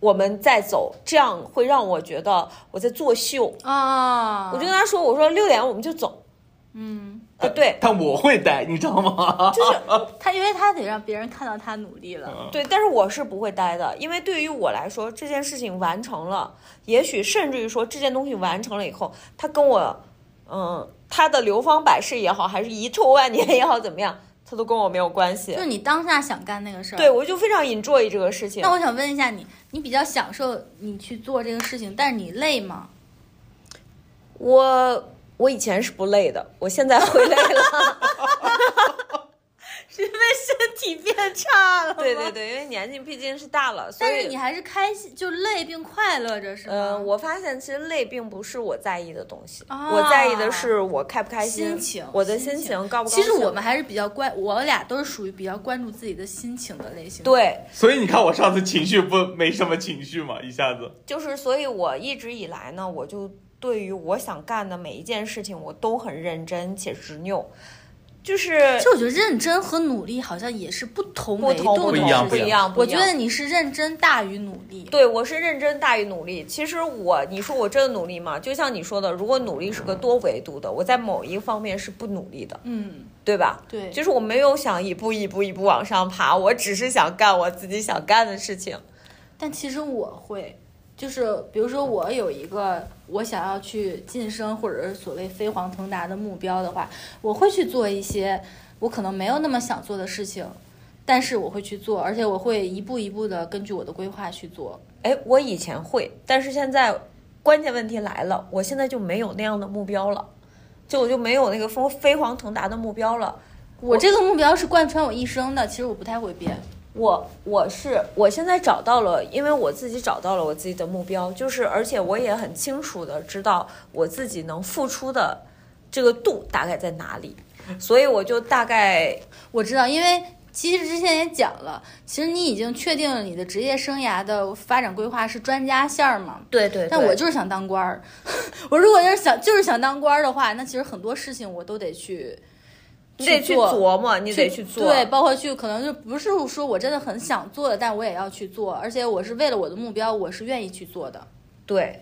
[SPEAKER 1] 我们再走，这样会让我觉得我在作秀。
[SPEAKER 3] 啊，
[SPEAKER 1] 我就跟他说，我说六点我们就走，
[SPEAKER 3] 嗯，
[SPEAKER 1] 呃，对，
[SPEAKER 2] 但我会呆，你知道吗？
[SPEAKER 1] 就是
[SPEAKER 3] 他因为他得让别人看到他努力了，
[SPEAKER 1] 对，但是我是不会待的，因为对于我来说，这件事情完成了，也许甚至于说这件东西完成了以后，它跟我，嗯，它的流芳百世也好，还是遗臭万年也好，怎么样，它都跟我没有关系
[SPEAKER 3] 就。是你当下想干那个事儿。
[SPEAKER 1] 对，，我就非常 enjoy 这个事情
[SPEAKER 3] 那。我想问一下你，你比较享受你去做这个事情，但是你 累吗？
[SPEAKER 1] 我我以前是不累的，我现在会累了。
[SPEAKER 3] 是因为身体变差了
[SPEAKER 1] 对对，对，因为年纪毕竟是大了，所以
[SPEAKER 3] 但是你还是开心，就累并快乐着是吗？
[SPEAKER 1] 嗯、我发现其实累并不是我在意的东西，
[SPEAKER 3] 啊
[SPEAKER 1] 我在意的是我开不开心，
[SPEAKER 3] 心情
[SPEAKER 1] 我的
[SPEAKER 3] 心情
[SPEAKER 1] 情高不高兴。
[SPEAKER 3] 其实我们还是比较关，我俩都是属于比较关注自己的心情的类型。，
[SPEAKER 1] 对，
[SPEAKER 2] 所以你看我上次情绪不没什么情绪嘛，一下子
[SPEAKER 1] 就是，所以我一直以来呢，我就对于我想干的每一件事情，我都很认真且执拗，就是
[SPEAKER 3] 就我觉得认真和努力好像也是不同
[SPEAKER 1] 不
[SPEAKER 3] 维
[SPEAKER 1] 同
[SPEAKER 3] 度
[SPEAKER 2] 不
[SPEAKER 3] 的
[SPEAKER 2] 一
[SPEAKER 3] 事
[SPEAKER 2] 样
[SPEAKER 1] 同
[SPEAKER 3] 情。
[SPEAKER 1] 不
[SPEAKER 2] 一
[SPEAKER 1] 样。
[SPEAKER 3] 我觉得你是认真大于努力。
[SPEAKER 1] 对我是认真大于努力。其实我，你说我真的努力吗？就像你说的，如果努力是个多维度的，我在某一方面是不努力的，
[SPEAKER 3] 嗯，
[SPEAKER 1] 对吧？
[SPEAKER 3] 对，
[SPEAKER 1] 就是我没有想一步一步一步往上爬，我只是想干我自己想干的事情。
[SPEAKER 3] 但其实我会，就是比如说我有一个我想要去晋升或者是所谓飞黄腾达的目标的话，我会去做一些我可能没有那么想做的事情，但是我会去做，而且我会一步一步的根据我的规划去做。
[SPEAKER 1] 哎，我以前会，但是现在关键问题来了，我现在就没有那样的目标了，就我就没有那个飞飞黄腾达的目标了。
[SPEAKER 3] 我这个目标是贯穿我一生的，其实我不太会变。
[SPEAKER 1] 我我是我现在找到了，因为我自己找到了我自己的目标，就是而且我也很清楚的知道我自己能付出的这个度大概在哪里，所以我就大概
[SPEAKER 3] 我知道，因为其实之前也讲了，其实你已经确定了你的职业生涯的发展规划是专家线儿嘛。
[SPEAKER 1] 对对
[SPEAKER 3] 但我就是想当官儿， 我如果要是想就是想当官儿的话，那其实很多事情我都得去，
[SPEAKER 1] 你得去
[SPEAKER 3] 做
[SPEAKER 1] 琢磨，你得去做，
[SPEAKER 3] 对，包括去可能就不是说我真的很想做的，但我也要去做，而且我是为了我的目标，我是愿意去做的。
[SPEAKER 1] 对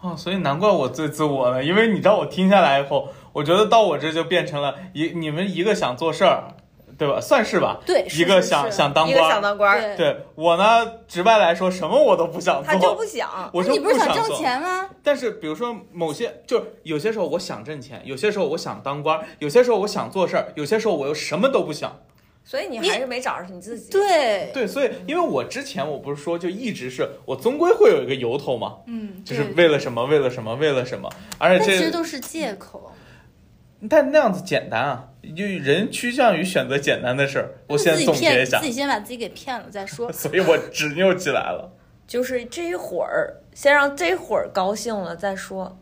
[SPEAKER 2] 哦，所以难怪我最自我呢，因为你知道我听下来以后，我觉得到我这就变成了一你们一个想做事儿，对吧？算是吧，
[SPEAKER 3] 对是
[SPEAKER 2] 一个
[SPEAKER 3] 是
[SPEAKER 2] 想
[SPEAKER 3] 是
[SPEAKER 2] 想当
[SPEAKER 1] 一个
[SPEAKER 2] 官
[SPEAKER 1] 想
[SPEAKER 2] 儿，
[SPEAKER 1] 当官儿，
[SPEAKER 3] 对，
[SPEAKER 2] 对我呢，直白来说，什么我都不想做，
[SPEAKER 1] 他就不想，
[SPEAKER 2] 我
[SPEAKER 3] 那你
[SPEAKER 2] 就
[SPEAKER 3] 不是
[SPEAKER 2] 想
[SPEAKER 3] 想挣
[SPEAKER 2] 做
[SPEAKER 3] 钱吗？
[SPEAKER 2] 但是，比如说某些，就是有些时候我想挣钱，有些时候我想当官儿，有些时候我想做事儿，有些时候我又什么都不想。
[SPEAKER 1] 所以你还是没找着你自己。
[SPEAKER 3] 对，
[SPEAKER 2] 对，所以因为我之前我不是说就一直是我终归会有一个由头嘛，
[SPEAKER 3] 嗯，
[SPEAKER 2] 就是
[SPEAKER 3] 对
[SPEAKER 2] 为了什么，为了什么，为了什么，而
[SPEAKER 3] 但其
[SPEAKER 2] 且
[SPEAKER 3] 实
[SPEAKER 2] 这
[SPEAKER 3] 都是借口。
[SPEAKER 2] 但那样子简单啊，就人趋向于选择简单的事儿。我
[SPEAKER 3] 自
[SPEAKER 2] 先
[SPEAKER 3] 己
[SPEAKER 2] 总
[SPEAKER 3] 骗
[SPEAKER 2] 结一下。
[SPEAKER 3] 自，己先把自己给骗了再说
[SPEAKER 2] 所以我执拗起来了。
[SPEAKER 1] 就是这一会儿，先让这会儿高兴了再说。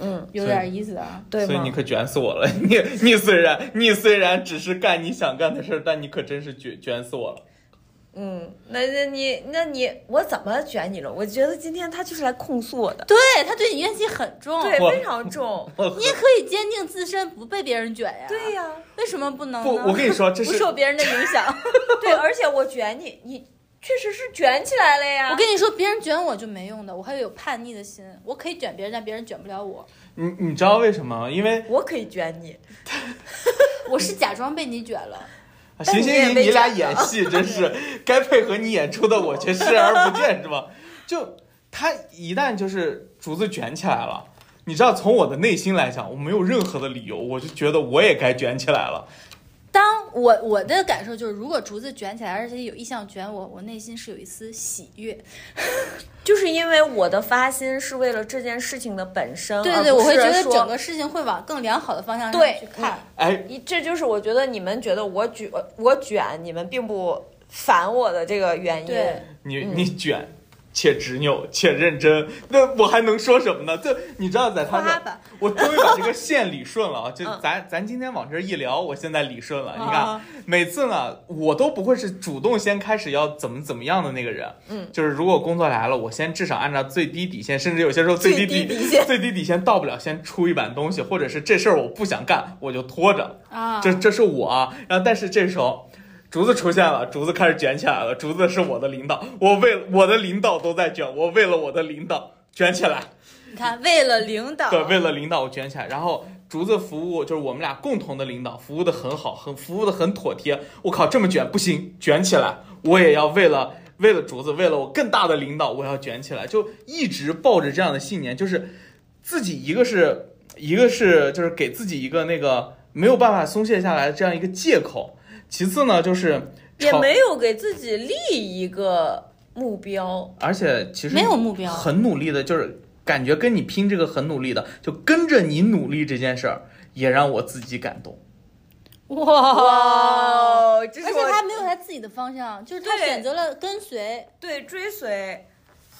[SPEAKER 1] 嗯，
[SPEAKER 3] 有点意思啊。
[SPEAKER 1] 对
[SPEAKER 2] 所以
[SPEAKER 1] 吗
[SPEAKER 2] 你？可卷死我了！你你虽然你虽然只是干你想干的事儿，但你可真是卷卷死我了。
[SPEAKER 1] 嗯，那那你那你我怎么卷你了？我觉得今天他就是来控诉我的，
[SPEAKER 3] 对他对你怨气很重，
[SPEAKER 1] 对，
[SPEAKER 2] 我
[SPEAKER 1] 非常重。
[SPEAKER 2] 我
[SPEAKER 3] 你也可以坚定自身，不被别人卷呀。
[SPEAKER 1] 对呀、
[SPEAKER 3] 为什么不能呢？
[SPEAKER 2] 不，我跟你说，这
[SPEAKER 3] 不
[SPEAKER 2] 是
[SPEAKER 3] 受别人的影响。
[SPEAKER 1] 对，而且我卷你，你确实是卷起来了呀。
[SPEAKER 3] 我跟你说，别人卷我就没用的，我还有叛逆的心，我可以卷别人，但别人卷不了我。
[SPEAKER 2] 你你知道为什么吗？因为
[SPEAKER 1] 我可以卷你，
[SPEAKER 3] 我是假装被你卷了，
[SPEAKER 2] 啊行
[SPEAKER 1] 你也
[SPEAKER 2] 行行，
[SPEAKER 1] 被
[SPEAKER 2] 你俩
[SPEAKER 1] 卷
[SPEAKER 2] 演戏真是该配合你演出的，我却视而不见，是吧？就他一旦就是竹子卷起来了，你知道，从我的内心来讲，我没有任何的理由，我就觉得我也该卷起来了。
[SPEAKER 3] 当我我的感受就是，如果竹子卷起来，而且有意向卷我，我内心是有一丝喜悦。
[SPEAKER 1] 就是因为我的发心是为了这件事情的本身，
[SPEAKER 3] 对
[SPEAKER 1] 而
[SPEAKER 3] 对对，
[SPEAKER 1] 不
[SPEAKER 3] 我
[SPEAKER 1] 是
[SPEAKER 3] 会觉得
[SPEAKER 1] 说
[SPEAKER 3] 整个事情会往更良好的方向上
[SPEAKER 1] 对
[SPEAKER 3] 去看。
[SPEAKER 2] 哎，
[SPEAKER 1] 一这就是我觉得你们觉得我卷我卷，你们并不烦我的这个原因。
[SPEAKER 3] 对，
[SPEAKER 2] 你
[SPEAKER 1] 嗯
[SPEAKER 2] 你卷，且执拗，且认真，那我还能说什么呢？这你知道，在他
[SPEAKER 3] 夸
[SPEAKER 2] 的，
[SPEAKER 3] 吧，
[SPEAKER 2] 我终于把这个线理顺了啊！就
[SPEAKER 1] 嗯
[SPEAKER 2] 咱咱今天往这儿一聊，我现在理顺了。你看
[SPEAKER 1] 啊，
[SPEAKER 2] 每次呢，我都不会是主动先开始要怎么怎么样的那个人。
[SPEAKER 1] 嗯，
[SPEAKER 2] 就是如果工作来了，我先至少按照最低底线，甚至有些时候
[SPEAKER 1] 最
[SPEAKER 2] 低
[SPEAKER 1] 低底
[SPEAKER 2] 底
[SPEAKER 1] 线
[SPEAKER 2] 最低底线到不了，先出一版东西，或者是这事儿我不想干，我就拖着。
[SPEAKER 3] 啊，
[SPEAKER 2] 这这是我啊。然后但是这时候，竹子出现了，竹子开始卷起来了。竹子是我的领导，我为了我的领导都在卷，我为了我的领导卷起来，
[SPEAKER 3] 你看，为了领导，
[SPEAKER 2] 对，为了领导我卷起来。然后竹子服务就是我们俩共同的领导，服务的很好，很服务的很妥帖。我靠，这么卷不行，卷起来，我也要为了。为了竹子，为了我更大的领导，我要卷起来，就一直抱着这样的信念，就是自己一个是一个是就是给自己一个那个没有办法松懈下来的这样一个借口，其次呢就是
[SPEAKER 1] 也
[SPEAKER 2] 吵，
[SPEAKER 1] 没有给自己立一个目标。
[SPEAKER 2] 而且其实
[SPEAKER 3] 没有目标
[SPEAKER 2] 很努力的，就是感觉跟你拼这个很努力的，就跟着你努力这件事儿，也让我自己感动。
[SPEAKER 3] 哇。
[SPEAKER 1] 哦，这
[SPEAKER 3] 而且他没有他自己的方向，就是他
[SPEAKER 1] 对
[SPEAKER 3] 选择了跟随。
[SPEAKER 1] 对追随，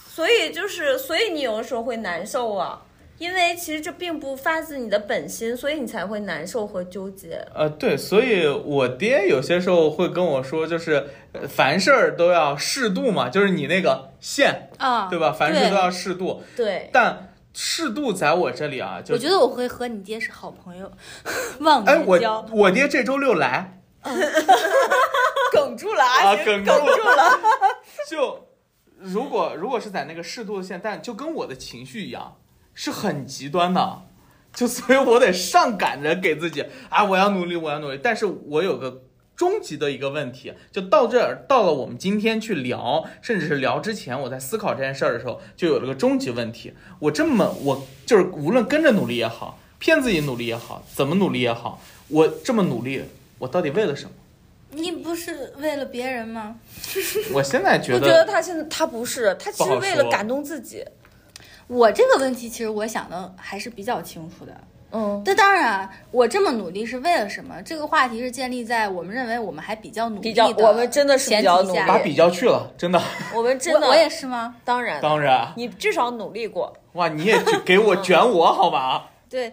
[SPEAKER 1] 所以就是所以你有的时候会难受啊，因为其实这并不发自你的本心，所以你才会难受和纠结。
[SPEAKER 2] 呃，对，所以我爹有些时候会跟我说，就是呃凡事儿都要适度嘛，就是你那个线，
[SPEAKER 3] 啊，
[SPEAKER 2] 对吧？凡事
[SPEAKER 3] 对
[SPEAKER 2] 都要适度，
[SPEAKER 1] 对，
[SPEAKER 2] 但适度在我这里啊，就
[SPEAKER 3] 我觉得我会和你爹是好朋友， 忘
[SPEAKER 2] 哎，
[SPEAKER 3] 年交
[SPEAKER 2] 我。我爹这周六来，
[SPEAKER 1] 梗住了
[SPEAKER 2] 啊，
[SPEAKER 1] 行
[SPEAKER 2] 梗住了。就如果如果是在那个适度的线，但就跟我的情绪一样，是很极端的。就所以，我得上赶着给自己啊，我要努力，我要努力。但是我有个终极的一个问题，就到这儿，到了我们今天去聊，甚至是聊之前，我在思考这件事儿的时候，就有了个终极问题。我这么，我就是无论跟着努力也好，骗自己努力也好，怎么努力也好，我这么努力，我到底为了什么？
[SPEAKER 3] 你不是为了别人吗？
[SPEAKER 2] 我现在觉
[SPEAKER 1] 我觉
[SPEAKER 2] 得
[SPEAKER 1] 得他现在他不是，他其
[SPEAKER 2] 不
[SPEAKER 1] 实
[SPEAKER 2] 好
[SPEAKER 1] 为了
[SPEAKER 2] 说
[SPEAKER 1] 感动自己。
[SPEAKER 3] 我这个问题其实我想的还是比较清楚的。
[SPEAKER 1] 嗯，
[SPEAKER 3] 这当然啊，我这么努力是为了什么？这个话题是建立在我们认为我们还比较努力
[SPEAKER 1] 比较我们真的是比较
[SPEAKER 3] 前提
[SPEAKER 1] 努力
[SPEAKER 3] 下
[SPEAKER 2] 把比较去了，真的。
[SPEAKER 1] 我们真的，
[SPEAKER 3] 我我也是吗？
[SPEAKER 1] 当然，
[SPEAKER 2] 当然，
[SPEAKER 1] 你至少努力过。
[SPEAKER 2] 哇，你也去给 我卷我好啊吧？
[SPEAKER 3] 对，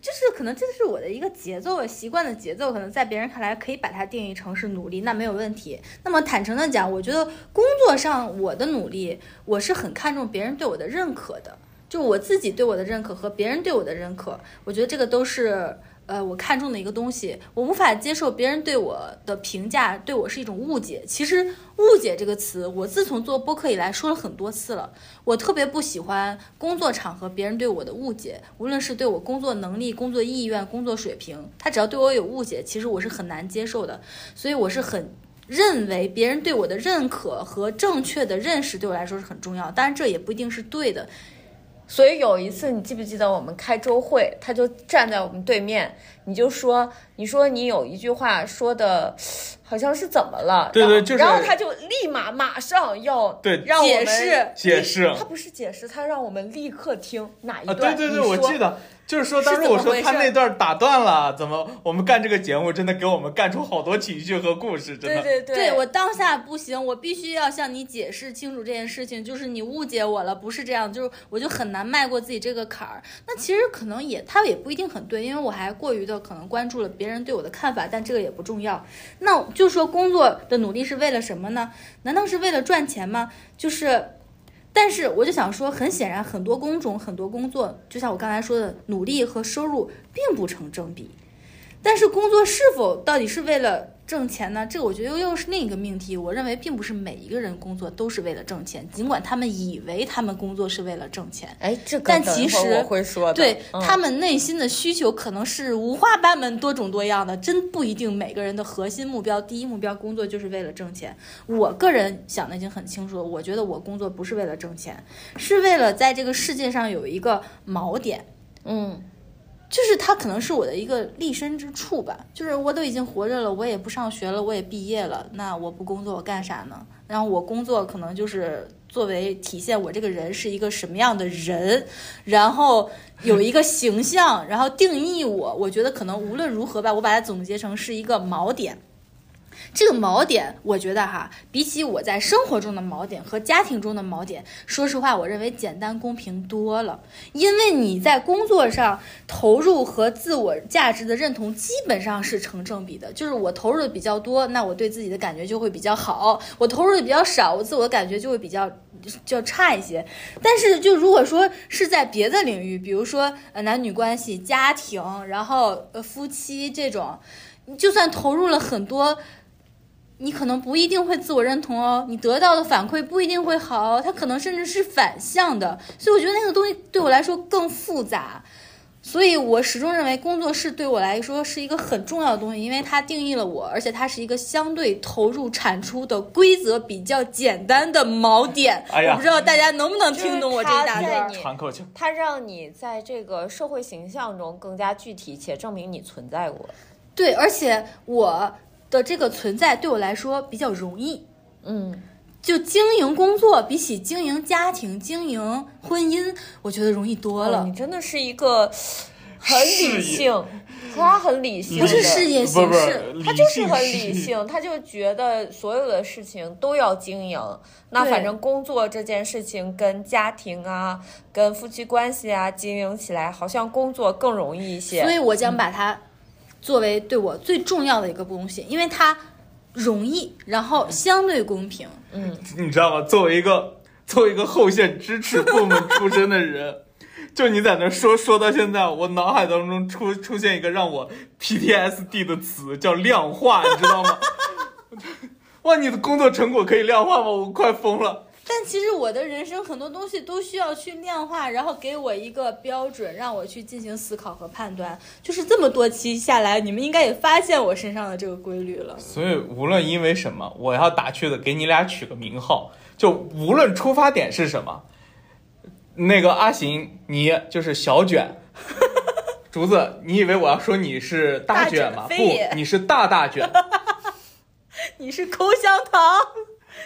[SPEAKER 3] 就是可能这是我的一个节奏，我习惯的节奏，可能在别人看来可以把它定义成是努力，那没有问题。那么坦诚的讲，我觉得工作上我的努力，我是很看重别人对我的认可的，就我自己对我的认可和别人对我的认可，我觉得这个都是。呃，我看重的一个东西，我无法接受别人对我的评价，对我是一种误解。其实“误解”这个词，我自从做播客以来说了很多次了。我特别不喜欢工作场合别人对我的误解，无论是对我工作能力、工作意愿、工作水平，他只要对我有误解，其实我是很难接受的。所以我是很认为别人对我的认可和正确的认识对我来说是很重要，当然这也不一定是对的。
[SPEAKER 1] 所以有一次，你记不记得我们开周会，他就站在我们对面，你就说，你说你有一句话说的，好像是怎么了？
[SPEAKER 2] 对对
[SPEAKER 1] 然后
[SPEAKER 2] 就是
[SPEAKER 1] 然后他就立马马上要
[SPEAKER 2] 对
[SPEAKER 1] 让我们
[SPEAKER 3] 解释
[SPEAKER 2] 解释
[SPEAKER 1] 他不是解释，他让我们立刻听哪一
[SPEAKER 2] 啊，
[SPEAKER 1] 段。
[SPEAKER 2] 对对对，
[SPEAKER 1] 你
[SPEAKER 2] 我
[SPEAKER 1] 说
[SPEAKER 2] 记得就是说，当时我说他那段打断了，怎么我们干这个节目真的给我们干出好多情绪和故事，真
[SPEAKER 1] 对对
[SPEAKER 2] 的。
[SPEAKER 3] 对我当下不行，我必须要向你解释清楚这件事情，就是你误解我了，不是这样，就是我就很难迈过自己这个坎儿。那其实可能也他也不一定很对，因为我还过于的可能关注了别人对我的看法，但这个也不重要。那就说工作的努力是为了什么呢？难道是为了赚钱吗？就是。但是我就想说，很显然，很多工种、很多工作，就像我刚才说的，努力和收入并不成正比。但是工作是否到底是为了挣钱呢？这我觉得又是另一个命题。我认为并不是每一个人工作都是为了挣钱，尽管他们以为他们工作是为了挣钱，
[SPEAKER 1] 哎，这个
[SPEAKER 3] 但
[SPEAKER 1] 等
[SPEAKER 3] 其
[SPEAKER 1] 一会儿
[SPEAKER 3] 实
[SPEAKER 1] 我会说的，
[SPEAKER 3] 对、
[SPEAKER 1] 嗯
[SPEAKER 3] 他们内心的需求可能是五花八门、多种多样的，真不一定每个人的核心目标、第一目标工作就是为了挣钱。我个人想的已经很清楚了，我觉得我工作不是为了挣钱，是为了在这个世界上有一个锚点。
[SPEAKER 1] 嗯，
[SPEAKER 3] 就是它可能是我的一个立身之处吧，就是我都已经活着了，我也不上学了，我也毕业了，那我不工作我干啥呢？然后我工作可能就是作为体现我这个人是一个什么样的人，然后有一个形象，然后定义我。我觉得可能无论如何吧，我把它总结成是一个锚点。这个锚点，我觉得哈，比起我在生活中的锚点和家庭中的锚点，说实话，我认为简单公平多了。因为你在工作上投入和自我价值的认同基本上是成正比的，就是我投入的比较多，那我对自己的感觉就会比较好；我投入的比较少，我自我的感觉就会比较就差一些。但是就如果说是在别的领域，比如说呃男女关系、家庭，然后呃夫妻这种，你就算投入了很多。你可能不一定会自我认同哦，你得到的反馈不一定会好哦，它可能甚至是反向的，所以我觉得那个东西对我来说更复杂，所以我始终认为工作室对我来说是一个很重要的东西，因为它定义了我，而且它是一个相对投入产出的规则比较简单的锚点。
[SPEAKER 2] 哎呀
[SPEAKER 3] 我不知道大家能不能听懂我这一大
[SPEAKER 1] 就是
[SPEAKER 3] 段
[SPEAKER 1] 它
[SPEAKER 3] 儿
[SPEAKER 1] 在你。
[SPEAKER 2] 喘口气儿。
[SPEAKER 1] 它让你在这个社会形象中更加具体，且证明你存在过。
[SPEAKER 3] 对，而且我的这个存在对我来说比较容易。
[SPEAKER 1] 嗯，
[SPEAKER 3] 就经营工作，比起经营家庭、经营婚姻，我觉得容易多
[SPEAKER 1] 哦
[SPEAKER 3] 了
[SPEAKER 1] 你。真的是一个很理
[SPEAKER 2] 事业
[SPEAKER 1] 性，他很理性的，
[SPEAKER 3] 不是事业
[SPEAKER 2] 不
[SPEAKER 3] 形
[SPEAKER 2] 不
[SPEAKER 3] 式，，
[SPEAKER 1] 他就是
[SPEAKER 2] 性
[SPEAKER 1] 很
[SPEAKER 2] 是
[SPEAKER 1] 理性，他就觉得所有的事情都要经营。那
[SPEAKER 3] 对
[SPEAKER 1] 反正工作这件事情跟家庭啊、跟夫妻关系啊经营起来，好像工作更容易一些。
[SPEAKER 3] 所以我将把它作为对我最重要的一个东西，因为它容易，然后相对公平。
[SPEAKER 2] 你知道吗？作为一个作为一个后线支持部门出身的人，就你在那说说到现在，我脑海当中出出现一个让我 PTSD 的词，叫量化，你知道吗？ 哇，你的工作成果可以量化吗？我快疯了。
[SPEAKER 3] 但其实我的人生很多东西都需要去量化，然后给我一个标准，让我去进行思考和判断。就是这么多期下来，你们应该也发现我身上的这个规律了。
[SPEAKER 2] 所以无论因为什么，我要打趣的给你俩取个名号，就无论出发点是什么，那个阿行，你就是小卷。 竹子，你以为我要说你是大卷吗？
[SPEAKER 3] 大卷非也
[SPEAKER 2] 不，你是大大 卷。
[SPEAKER 3] 你是口香糖，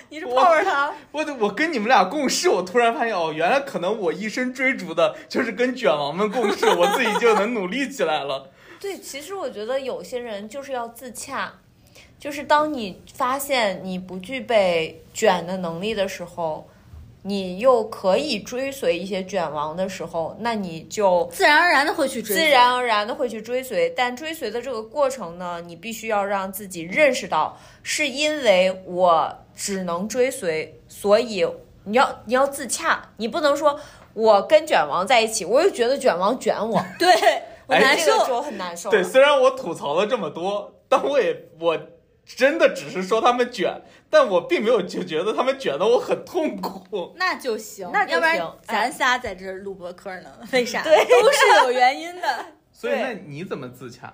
[SPEAKER 3] 你是泡泡糖。
[SPEAKER 2] 我的，我跟你们俩共事，我突然发现哦，原来可能我一生追逐的就是跟卷王们共事，我自己就能努力起来了。
[SPEAKER 1] 对，其实我觉得有些人就是要自洽，就是当你发现你不具备卷的能力的时候，你又可以追随一些卷王的时候，那你就
[SPEAKER 3] 自然而然的会去
[SPEAKER 1] 自
[SPEAKER 3] 追随，
[SPEAKER 1] 然而然的会去追随。但追随的这个过程呢，你必须要让自己认识到，是因为我只能追随，所以你要你要自洽，你不能说我跟卷王在一起，我又觉得卷王卷我，
[SPEAKER 3] 对 我
[SPEAKER 2] 哎
[SPEAKER 3] 难
[SPEAKER 1] 这
[SPEAKER 3] 受。
[SPEAKER 1] 个就很难受了。
[SPEAKER 2] 对，虽然我吐槽了这么多，但我也我真的只是说他们卷，但我并没有就觉得他们卷得我很痛苦。
[SPEAKER 3] 那就行，
[SPEAKER 1] 那就
[SPEAKER 3] 要不然
[SPEAKER 1] 行哎
[SPEAKER 3] 咱仨在这儿录播客呢？ 为啥？
[SPEAKER 1] 对
[SPEAKER 3] 都是有原因的。
[SPEAKER 2] 所以
[SPEAKER 1] 对
[SPEAKER 2] 那你怎么自洽，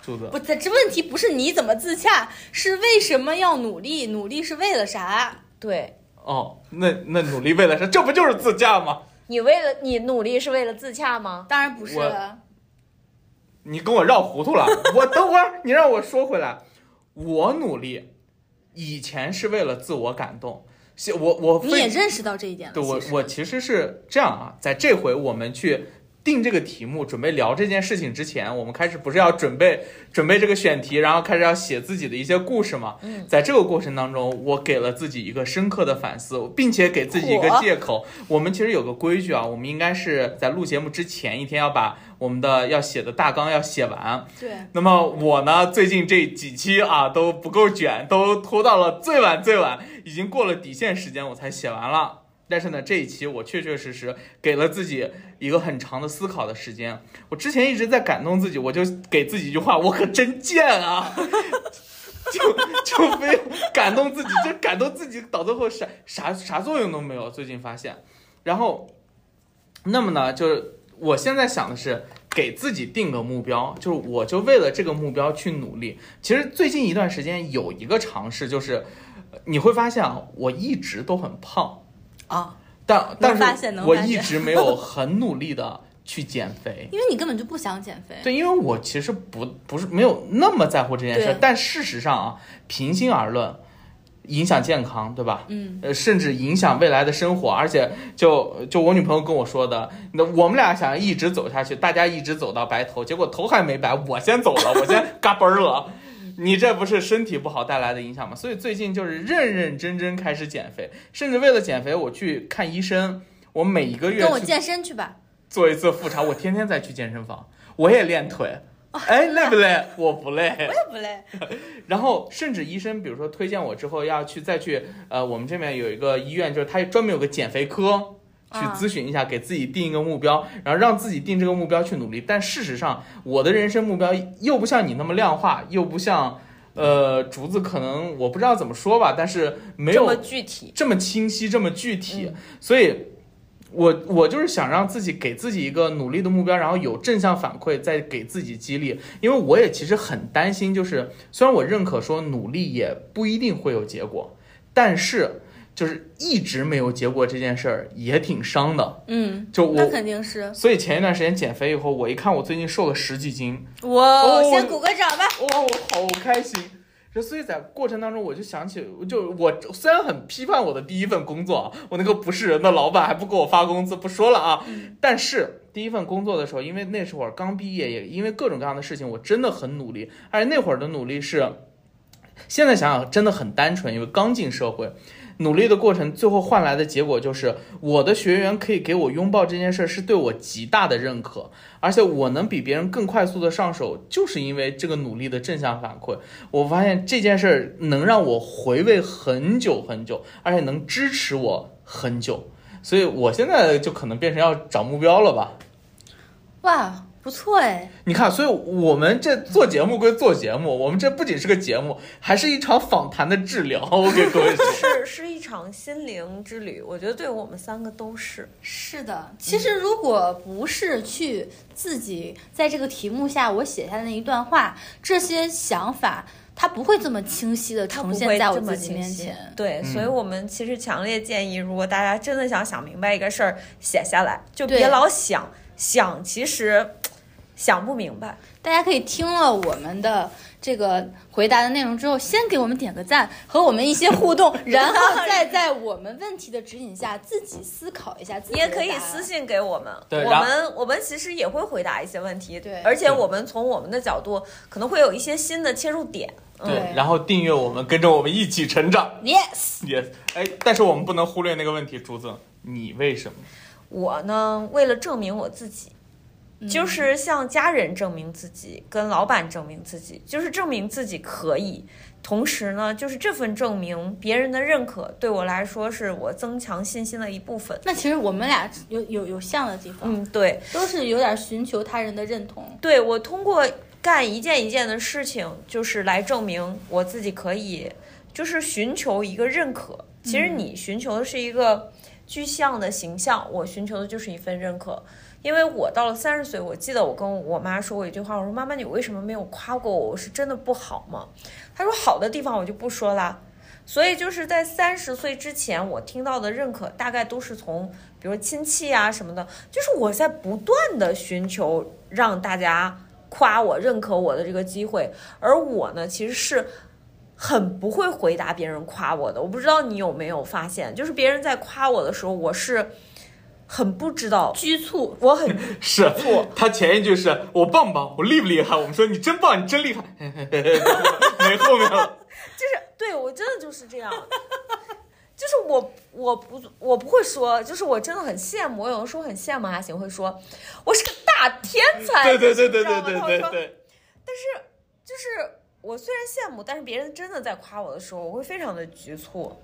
[SPEAKER 2] 竹子
[SPEAKER 3] 不，？这这问题不是你怎么自洽，是为什么要努力？努力是为了啥？
[SPEAKER 1] 对
[SPEAKER 2] 哦，那那努力为了啥？这不就是自驾吗？
[SPEAKER 1] 你为了你努力是为了自洽吗？
[SPEAKER 3] 当然不是
[SPEAKER 2] 我
[SPEAKER 3] 了。
[SPEAKER 2] 你跟我绕糊涂了。我等会儿你让我说回来，我努力，以前是为了自我感动，现我我
[SPEAKER 3] 你
[SPEAKER 2] 非
[SPEAKER 3] 也认识到这一点了。
[SPEAKER 2] 对我
[SPEAKER 3] 其实
[SPEAKER 2] 我其实是这样啊，在这回我们去定这个题目，准备聊这件事情之前，我们开始不是要准备准备这个选题，然后开始要写自己的一些故事嘛？
[SPEAKER 1] 嗯，
[SPEAKER 2] 在这个过程当中，我给了自己一个深刻的反思，并且给自己一个
[SPEAKER 1] 火
[SPEAKER 2] 借口。我们其实有个规矩啊，我们应该是在录节目之前一天要把我们的要写的大纲要写完。
[SPEAKER 3] 对，
[SPEAKER 2] 那么我呢，最近这几期啊都不够卷，都拖到了最晚最晚，已经过了底线时间我才写完了。但是呢，这一期我确确实实给了自己一个很长的思考的时间。我之前一直在感动自己，我就给自己一句话：我可真贱啊！ 就就非感动自己，就感动自己，到最后啥啥啥作用都没有。最近发现，然后，那么呢，就是我现在想的是给自己定个目标，就是我就为了这个目标去努力。其实最近一段时间有一个尝试，就是呃你会发现啊，我一直都很胖，
[SPEAKER 3] 啊，
[SPEAKER 2] 但但
[SPEAKER 3] 发现
[SPEAKER 2] 是
[SPEAKER 3] 能
[SPEAKER 2] 我
[SPEAKER 3] 发现
[SPEAKER 2] 一直没有很努力的去减肥。
[SPEAKER 3] 因为你根本就不想减肥。
[SPEAKER 2] 对，因为我其实不不是没有那么在乎这件事
[SPEAKER 3] 对，
[SPEAKER 2] 但事实上啊，平心而论，影响健康，对吧？
[SPEAKER 3] 嗯，
[SPEAKER 2] 呃，甚至影响未来的生活，而且就就我女朋友跟我说的，那我们俩想一直走下去，大家一直走到白头，结果头还没白，我先走了，我先嘎嘣儿 了，你这不是身体不好带来的影响吗？所以最近就是认认真真开始减肥，甚至为了减肥，我去看医生，我每一个月
[SPEAKER 3] 跟我
[SPEAKER 2] 去
[SPEAKER 3] 健身去吧。
[SPEAKER 2] 做一次复查，我天天在去健身房，我也练腿。哎，累不累？我不累。
[SPEAKER 3] 累不累？
[SPEAKER 2] 然后甚至医生，比如说推荐我之后要去再去，呃，我们这边有一个医院，就是它专门有个减肥科，去
[SPEAKER 3] 啊
[SPEAKER 2] 咨询一下，给自己定一个目标，然后让自己定这个目标去努力。但事实上，我的人生目标又不像你那么量化，又不像，呃，竹子可能我不知道怎么说吧，但是没
[SPEAKER 1] 这
[SPEAKER 2] 有
[SPEAKER 1] 么具体，，
[SPEAKER 2] 这么清晰，这么具
[SPEAKER 3] 嗯
[SPEAKER 2] 体，所以。我我就是想让自己给自己一个努力的目标，然后有正向反馈，再给自己激励。因为我也其实很担心，就是虽然我认可说努力也不一定会有结果，但是就是一直没有结果这件事儿也挺伤的。
[SPEAKER 3] 嗯，
[SPEAKER 2] 就我
[SPEAKER 3] 那，肯定是。
[SPEAKER 2] 所以前一段时间减肥以后，我一看我最近瘦了十几斤，
[SPEAKER 3] 我、
[SPEAKER 2] 哦
[SPEAKER 3] 先鼓个掌吧。
[SPEAKER 2] 哇、我好开心。这所以在过程当中，我就想起，就我虽然很批判我的第一份工作，啊我那个不是人的老板还不给我发工资，不说了啊。但是第一份工作的时候，因为那时候我刚毕业，也因为各种各样的事情，我真的很努力，而且那会儿的努力是，现在想想真的很单纯，因为刚进社会。努力的过程，最后换来的结果就是我的学员可以给我拥抱这件事，是对我极大的认可。而且我能比别人更快速的上手，就是因为这个努力的正向反馈。我发现这件事儿能让我回味很久很久，而且能支持我很久。所以我现在就可能变成要找目标了吧？
[SPEAKER 3] 哇，不错哎，
[SPEAKER 2] 你看，所以我们这做节目归做节目，我们这不仅是个节目，还是一场访谈的治疗。我给各位说
[SPEAKER 1] 是是一场心灵之旅，我觉得对我们三个都是。
[SPEAKER 3] 是
[SPEAKER 1] 嗯
[SPEAKER 3] 的。其实如果不是去自己在这个题目下我写下的那一段话，这些想法它不会这么清晰的
[SPEAKER 1] 它
[SPEAKER 3] 呈
[SPEAKER 1] 不
[SPEAKER 3] 现
[SPEAKER 1] 会
[SPEAKER 3] 在我
[SPEAKER 1] 这么
[SPEAKER 3] 自己
[SPEAKER 1] 清
[SPEAKER 3] 面
[SPEAKER 1] 晰
[SPEAKER 3] 前。。
[SPEAKER 1] 对，所以
[SPEAKER 2] 嗯
[SPEAKER 1] 我们其实强烈建议，如果大家真的想想明白一个事儿，写下来，就
[SPEAKER 3] 对
[SPEAKER 1] 别老想想，其实想不明白。
[SPEAKER 3] 大家可以听了我们的这个回答的内容之后，先给我们点个赞，和我们一些互动，然后再在我们问题的指引下自己思考一下自
[SPEAKER 1] 你
[SPEAKER 3] 己的答
[SPEAKER 1] 也
[SPEAKER 3] 案。
[SPEAKER 1] 可以私信给我们，
[SPEAKER 2] 对
[SPEAKER 1] 我
[SPEAKER 2] 然后
[SPEAKER 1] 们我们其实也会回答一些问题，
[SPEAKER 3] 对
[SPEAKER 1] 而且
[SPEAKER 2] 对
[SPEAKER 1] 我们从我们的角度可能会有一些新的切入点。嗯，
[SPEAKER 2] 对，然后订阅我们，跟着我们一起成长。
[SPEAKER 3] Yes。
[SPEAKER 2] Yes，哎，但是我们不能忽略那个问题，竹子，你为什么？
[SPEAKER 1] 我呢，为了证明我自己，就是向家人证明自己，跟老板证明自己，就是证明自己可以。同时呢，就是这份证明别人的认可，对我来说是我增强信心的一部分。
[SPEAKER 3] 那其实我们俩有有有像的地方，
[SPEAKER 1] 嗯，对，
[SPEAKER 3] 都是有点寻求他人的认同。
[SPEAKER 1] 对我通过干一件一件的事情，就是来证明我自己可以，就是寻求一个认可。其实你寻求的是一个具象的形象，我寻求的就是一份认可。因为我到了三十岁，我记得我跟我妈说过一句话，我说：“妈妈，你为什么没有夸过我？我是真的不好吗？”她说：“好的地方我就不说啦。”所以就是在三十岁之前，我听到的认可大概都是从，比如亲戚啊什么的，就是我在不断的寻求让大家夸我、认可我的这个机会，而我呢，其实是。很不会回答别人夸我的，我不知道你有没有发现，就是别人在夸我的时候，我是很不知道，
[SPEAKER 3] 拘促，
[SPEAKER 1] 我很
[SPEAKER 2] 是他前一句是我棒棒，我厉不厉害？我们说你真棒，你真厉害， 没后 面了。
[SPEAKER 1] 就是对我真的就是这样，就是我我不我不会说，就是我真的很羡慕。我有的时候很羡慕阿行，会说我是个大天才，
[SPEAKER 2] 对对对
[SPEAKER 1] 你
[SPEAKER 2] 对
[SPEAKER 1] 知道
[SPEAKER 2] 对
[SPEAKER 1] 吗
[SPEAKER 2] 对
[SPEAKER 1] 他会
[SPEAKER 2] 对
[SPEAKER 1] 说
[SPEAKER 2] 对，
[SPEAKER 1] 但是就是我虽然羡慕，但是别人真的在夸我的时候，我会非常的局促。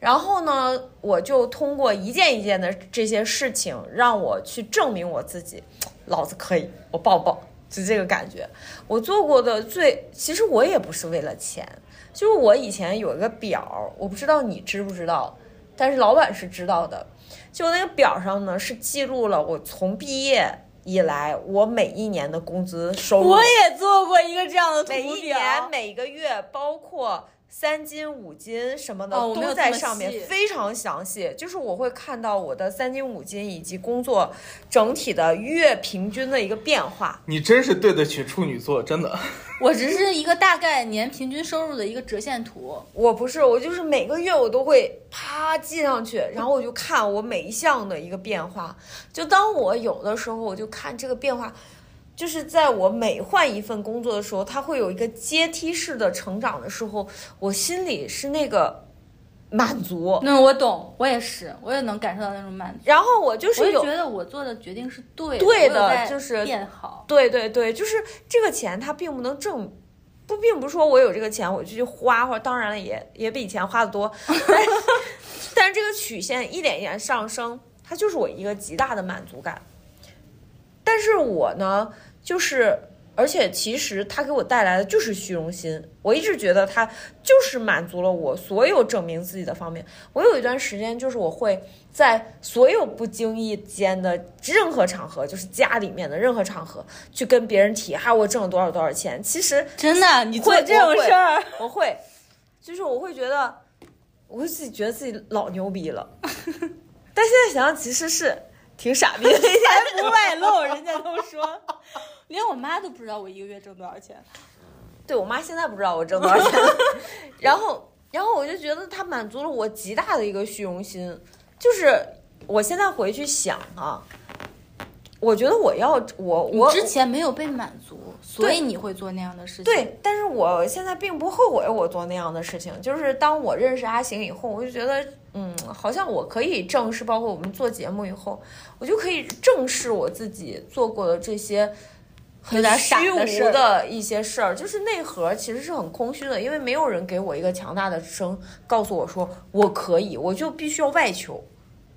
[SPEAKER 1] 然后呢，我就通过一件一件的这些事情，让我去证明我自己，老子可以，我抱抱，就这个感觉。我做过的最，其实我也不是为了钱，就是我以前有一个表，我不知道你知不知道，但是老板是知道的。就那个表上呢，是记录了我从毕业以来我每一年的工资收入。
[SPEAKER 3] 我也做过一个这样的图
[SPEAKER 1] 每一
[SPEAKER 3] 表，
[SPEAKER 1] 年每个月，包括三金、五金什么的，
[SPEAKER 3] 哦我没有
[SPEAKER 1] 都
[SPEAKER 3] 这
[SPEAKER 1] 在
[SPEAKER 3] 么
[SPEAKER 1] 上面
[SPEAKER 3] 细
[SPEAKER 1] 非常详细。就是我会看到我的三金、五金以及工作整体的月平均的一个变化。
[SPEAKER 2] 你真是对得起处女座，真的。
[SPEAKER 3] 我只是一个大概年平均收入的一个折线图。
[SPEAKER 1] 我不是，我就是每个月我都会啪记上去，然后我就看我每一项的一个变化。就当我有的时候，我就看这个变化。就是在我每换一份工作的时候，它会有一个阶梯式的成长的时候，我心里是那个满足，
[SPEAKER 3] 那我懂，我也是，我也能感受到那种满足。
[SPEAKER 1] 然后我就
[SPEAKER 3] 我
[SPEAKER 1] 是
[SPEAKER 3] 也
[SPEAKER 1] 有
[SPEAKER 3] 觉，得我做的决定是对的，
[SPEAKER 1] 对的
[SPEAKER 3] 我有在
[SPEAKER 1] 就是
[SPEAKER 3] 变好。
[SPEAKER 1] 对对对，就是这个钱它并不能挣，不并不是说我有这个钱我就去花，或者当然了也也比以前花的多， 但是但是这个曲线一点一点上升，它就是我一个极大的满足感。但是我呢，就是而且其实它给我带来的就是虚荣心，我一直觉得它就是满足了我所有证明自己的方面。我有一段时间就是我会在所有不经意间的任何场合，就是家里面的任何场合，去跟别人提啊哈我挣了多少多少钱。其实
[SPEAKER 3] 真的，你做
[SPEAKER 1] 会
[SPEAKER 3] 这种事儿，
[SPEAKER 1] 我会，就是我会觉得，我会自己觉得自己老牛逼 了，但现在想想其实是挺傻逼的一件
[SPEAKER 3] 不外露，人家都说，连我妈都不知道我一个月挣多少钱。
[SPEAKER 1] 对我妈现在不知道我挣多少钱， 然后然后我就觉得她满足了我极大的一个虚荣心，就是我现在回去想啊，我觉得我要我
[SPEAKER 3] 你
[SPEAKER 1] 我
[SPEAKER 3] 之前没有被满足，所
[SPEAKER 1] 对
[SPEAKER 3] 以你会做那样的事情。，
[SPEAKER 1] 对，但是我现在并不后悔我做那样的事情。就是当我认识阿行以后，我就觉得，嗯，好像我可以正视，包括我们做节目以后，我就可以正视我自己做过的这些很
[SPEAKER 3] 有点傻
[SPEAKER 1] 虚
[SPEAKER 3] 的事
[SPEAKER 1] 无
[SPEAKER 3] 儿
[SPEAKER 1] 的一些事儿。就是内核其实是很空虚的，因为没有人给我一个强大的声告诉我说我可以，我就必须要外求。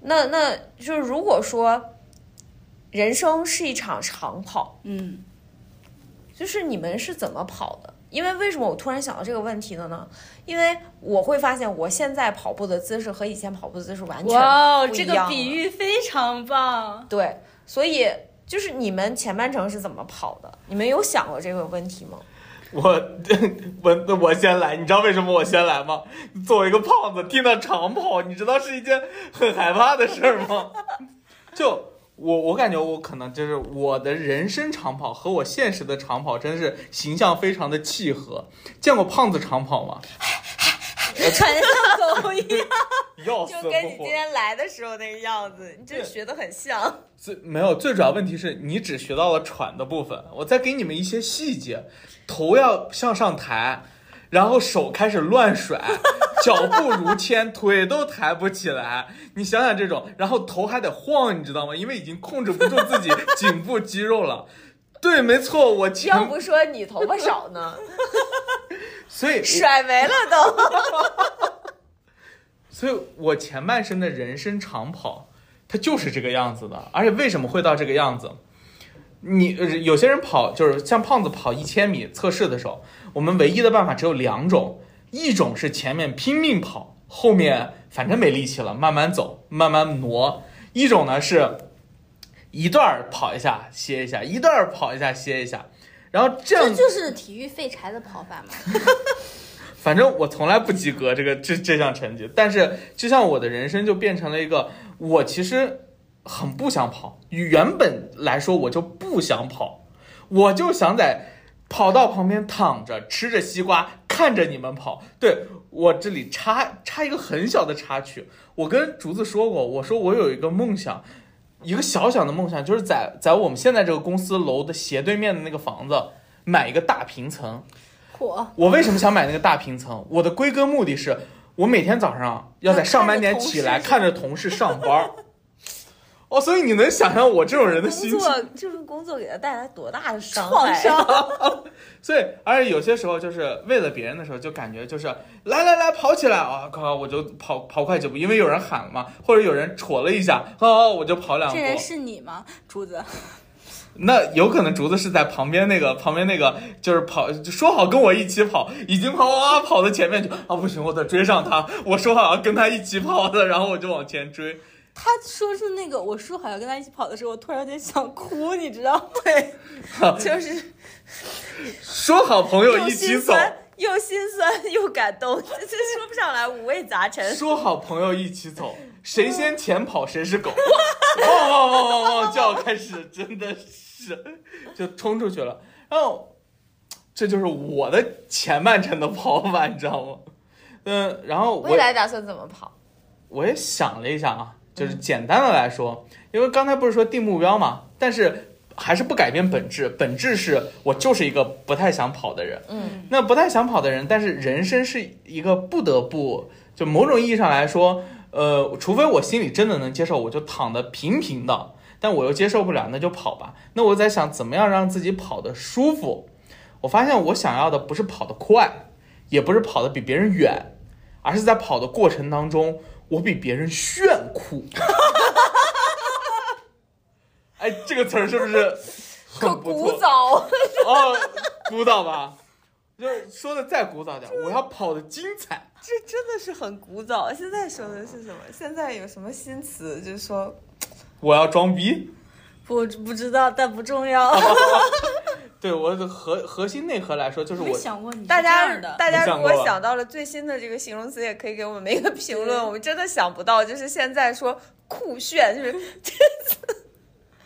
[SPEAKER 1] 那那就是如果说人生是一场长跑。
[SPEAKER 3] 嗯，
[SPEAKER 1] 就是你们是怎么跑的？因为为什么我突然想到这个问题的呢？因为我会发现我现在跑步的姿势和以前跑步的姿势完全
[SPEAKER 3] 哇哦，
[SPEAKER 1] 不一
[SPEAKER 3] 这个
[SPEAKER 1] 样
[SPEAKER 3] 比
[SPEAKER 1] 了
[SPEAKER 3] 喻非常棒。
[SPEAKER 1] 对，所以就是你们前半程是怎么跑的？你们有想过这个问题 吗？
[SPEAKER 2] 我 我我先来，你知道为什么我先来吗？作为一个胖子，听到长跑，你知道是一件很害怕的事儿吗？ 就我我感觉我可能就是我的人生长跑和我现实的长跑真是形象非常的契合。见过胖子长跑吗？
[SPEAKER 1] 传像 走一样，
[SPEAKER 2] 要死
[SPEAKER 1] 就
[SPEAKER 2] 不
[SPEAKER 1] 跟你
[SPEAKER 2] 活
[SPEAKER 1] 今！天来的时候那个样子，你真的学的很 像。
[SPEAKER 2] 最没有最主要问题是你只学到了喘的部分，我再给你们一些细节，头要向上抬，然后手开始乱甩，脚步如牵，腿都抬不起来。你想想这种，然后头还得晃，你知道吗？因为已经控制不住自己颈部肌肉了。对，没错，我
[SPEAKER 1] 要
[SPEAKER 2] 前
[SPEAKER 1] 不说你头发少 呢，
[SPEAKER 2] 所以
[SPEAKER 1] 甩没了都。
[SPEAKER 2] 所以我前半生的人生长跑，它就是这个样子的。而且为什么会到这个样子？你呃有些人跑就是像胖子跑一千米测试的时候，我们唯一的办法只有两种，一种是前面拼命跑，后面反正没力气了，慢慢走，慢慢挪；一种呢是一段儿跑一下歇一下，一段儿跑一下歇一下。然后这样
[SPEAKER 3] 这就是体育废柴的跑法嘛。
[SPEAKER 2] 反正我从来不及格这个这这项成绩，但是就像我的人生就变成了一个，我其实很不想跑，原本来说我就不想跑，我就想在跑道旁边躺着吃着西瓜看着你们跑。对我这里插插一个很小的插曲，我跟竹子说过，我说我有一个梦想，一个小小的梦想，就是在在我们现在这个公司楼的斜对面的那个房子买一个大平层。
[SPEAKER 3] 火，
[SPEAKER 2] 我为什么想买那个大平层？我的归根目的是，我每天早上要在上班点起来看
[SPEAKER 3] 看
[SPEAKER 2] 着同事上班儿。哦，所以你能想象我这种人的
[SPEAKER 1] 工
[SPEAKER 2] 心情？
[SPEAKER 1] 作这份工作给他带来多大的伤
[SPEAKER 3] 创
[SPEAKER 1] 害？
[SPEAKER 3] 伤，
[SPEAKER 2] 所以，而且有些时候就是为了别人的时候，就感觉就是来来来跑起来啊，靠，我就跑跑快几步，因为有人喊了嘛，或者有人戳了一下，哦，我就跑两步
[SPEAKER 3] 这。人是你吗，竹子？
[SPEAKER 2] 那有可能竹子是在旁边那个旁边那个，就是跑就说好跟我一起跑，已经跑啊跑到前面去啊，不行，我得追上他，我说好要跟他一起跑的，然后我就往前追。
[SPEAKER 3] 他说出那个我说好要跟他一起跑的时候，我突然有点想哭，你知道吗？
[SPEAKER 1] 对，就是
[SPEAKER 2] 说好朋友
[SPEAKER 1] 又
[SPEAKER 2] 一起
[SPEAKER 1] 心
[SPEAKER 2] 走，
[SPEAKER 1] 酸又心酸又 感动，这这说不上来，五味杂陈。
[SPEAKER 2] 说好朋友一起走，谁先前跑谁是狗。汪汪汪汪汪，就要开始，真的是就冲出去了。然后这就是我的前半程的跑法，你知道吗？嗯，然后我
[SPEAKER 1] 未来打算怎么跑？
[SPEAKER 2] 我也想了一下啊，就是简单的来说，因为刚才不是说定目标嘛，但是还是不改变本质，本质是我就是一个不太想跑的人。
[SPEAKER 1] 嗯，
[SPEAKER 2] 那不太想跑的人，但是人生是一个不得不，就某种意义上来说，呃，除非我心里真的能接受，我就躺得平平的，但我又接受不了，那就跑吧。那我在想，怎么样让自己跑得舒服？我发现我想要的不是跑得快，也不是跑得比别人远，而是在跑的过程当中，我比别人炫酷。 哎，这个词儿是不是很
[SPEAKER 1] 可
[SPEAKER 2] 不
[SPEAKER 1] 古
[SPEAKER 2] 错？
[SPEAKER 1] 早，
[SPEAKER 2] 哦，古早吧，就是说的再古早点，我要跑的精彩。
[SPEAKER 4] 这真的是很古早。现在说的是什么？现在有什么新词？就是说，
[SPEAKER 2] 我要装逼，
[SPEAKER 3] 不不知道，但不重要。
[SPEAKER 2] 哦对我的核核心内核来说，就是
[SPEAKER 3] 没
[SPEAKER 2] 我
[SPEAKER 3] 想过你 是
[SPEAKER 4] 大
[SPEAKER 3] 这
[SPEAKER 4] 家
[SPEAKER 3] 样的，
[SPEAKER 4] 大家
[SPEAKER 2] 你想
[SPEAKER 4] 如
[SPEAKER 2] 过
[SPEAKER 4] 果
[SPEAKER 2] 吧
[SPEAKER 4] 想到了最新的这个形容词，也可以给我们一个评
[SPEAKER 3] 对
[SPEAKER 4] 论。我们真的想不到，就是现在说酷炫，就是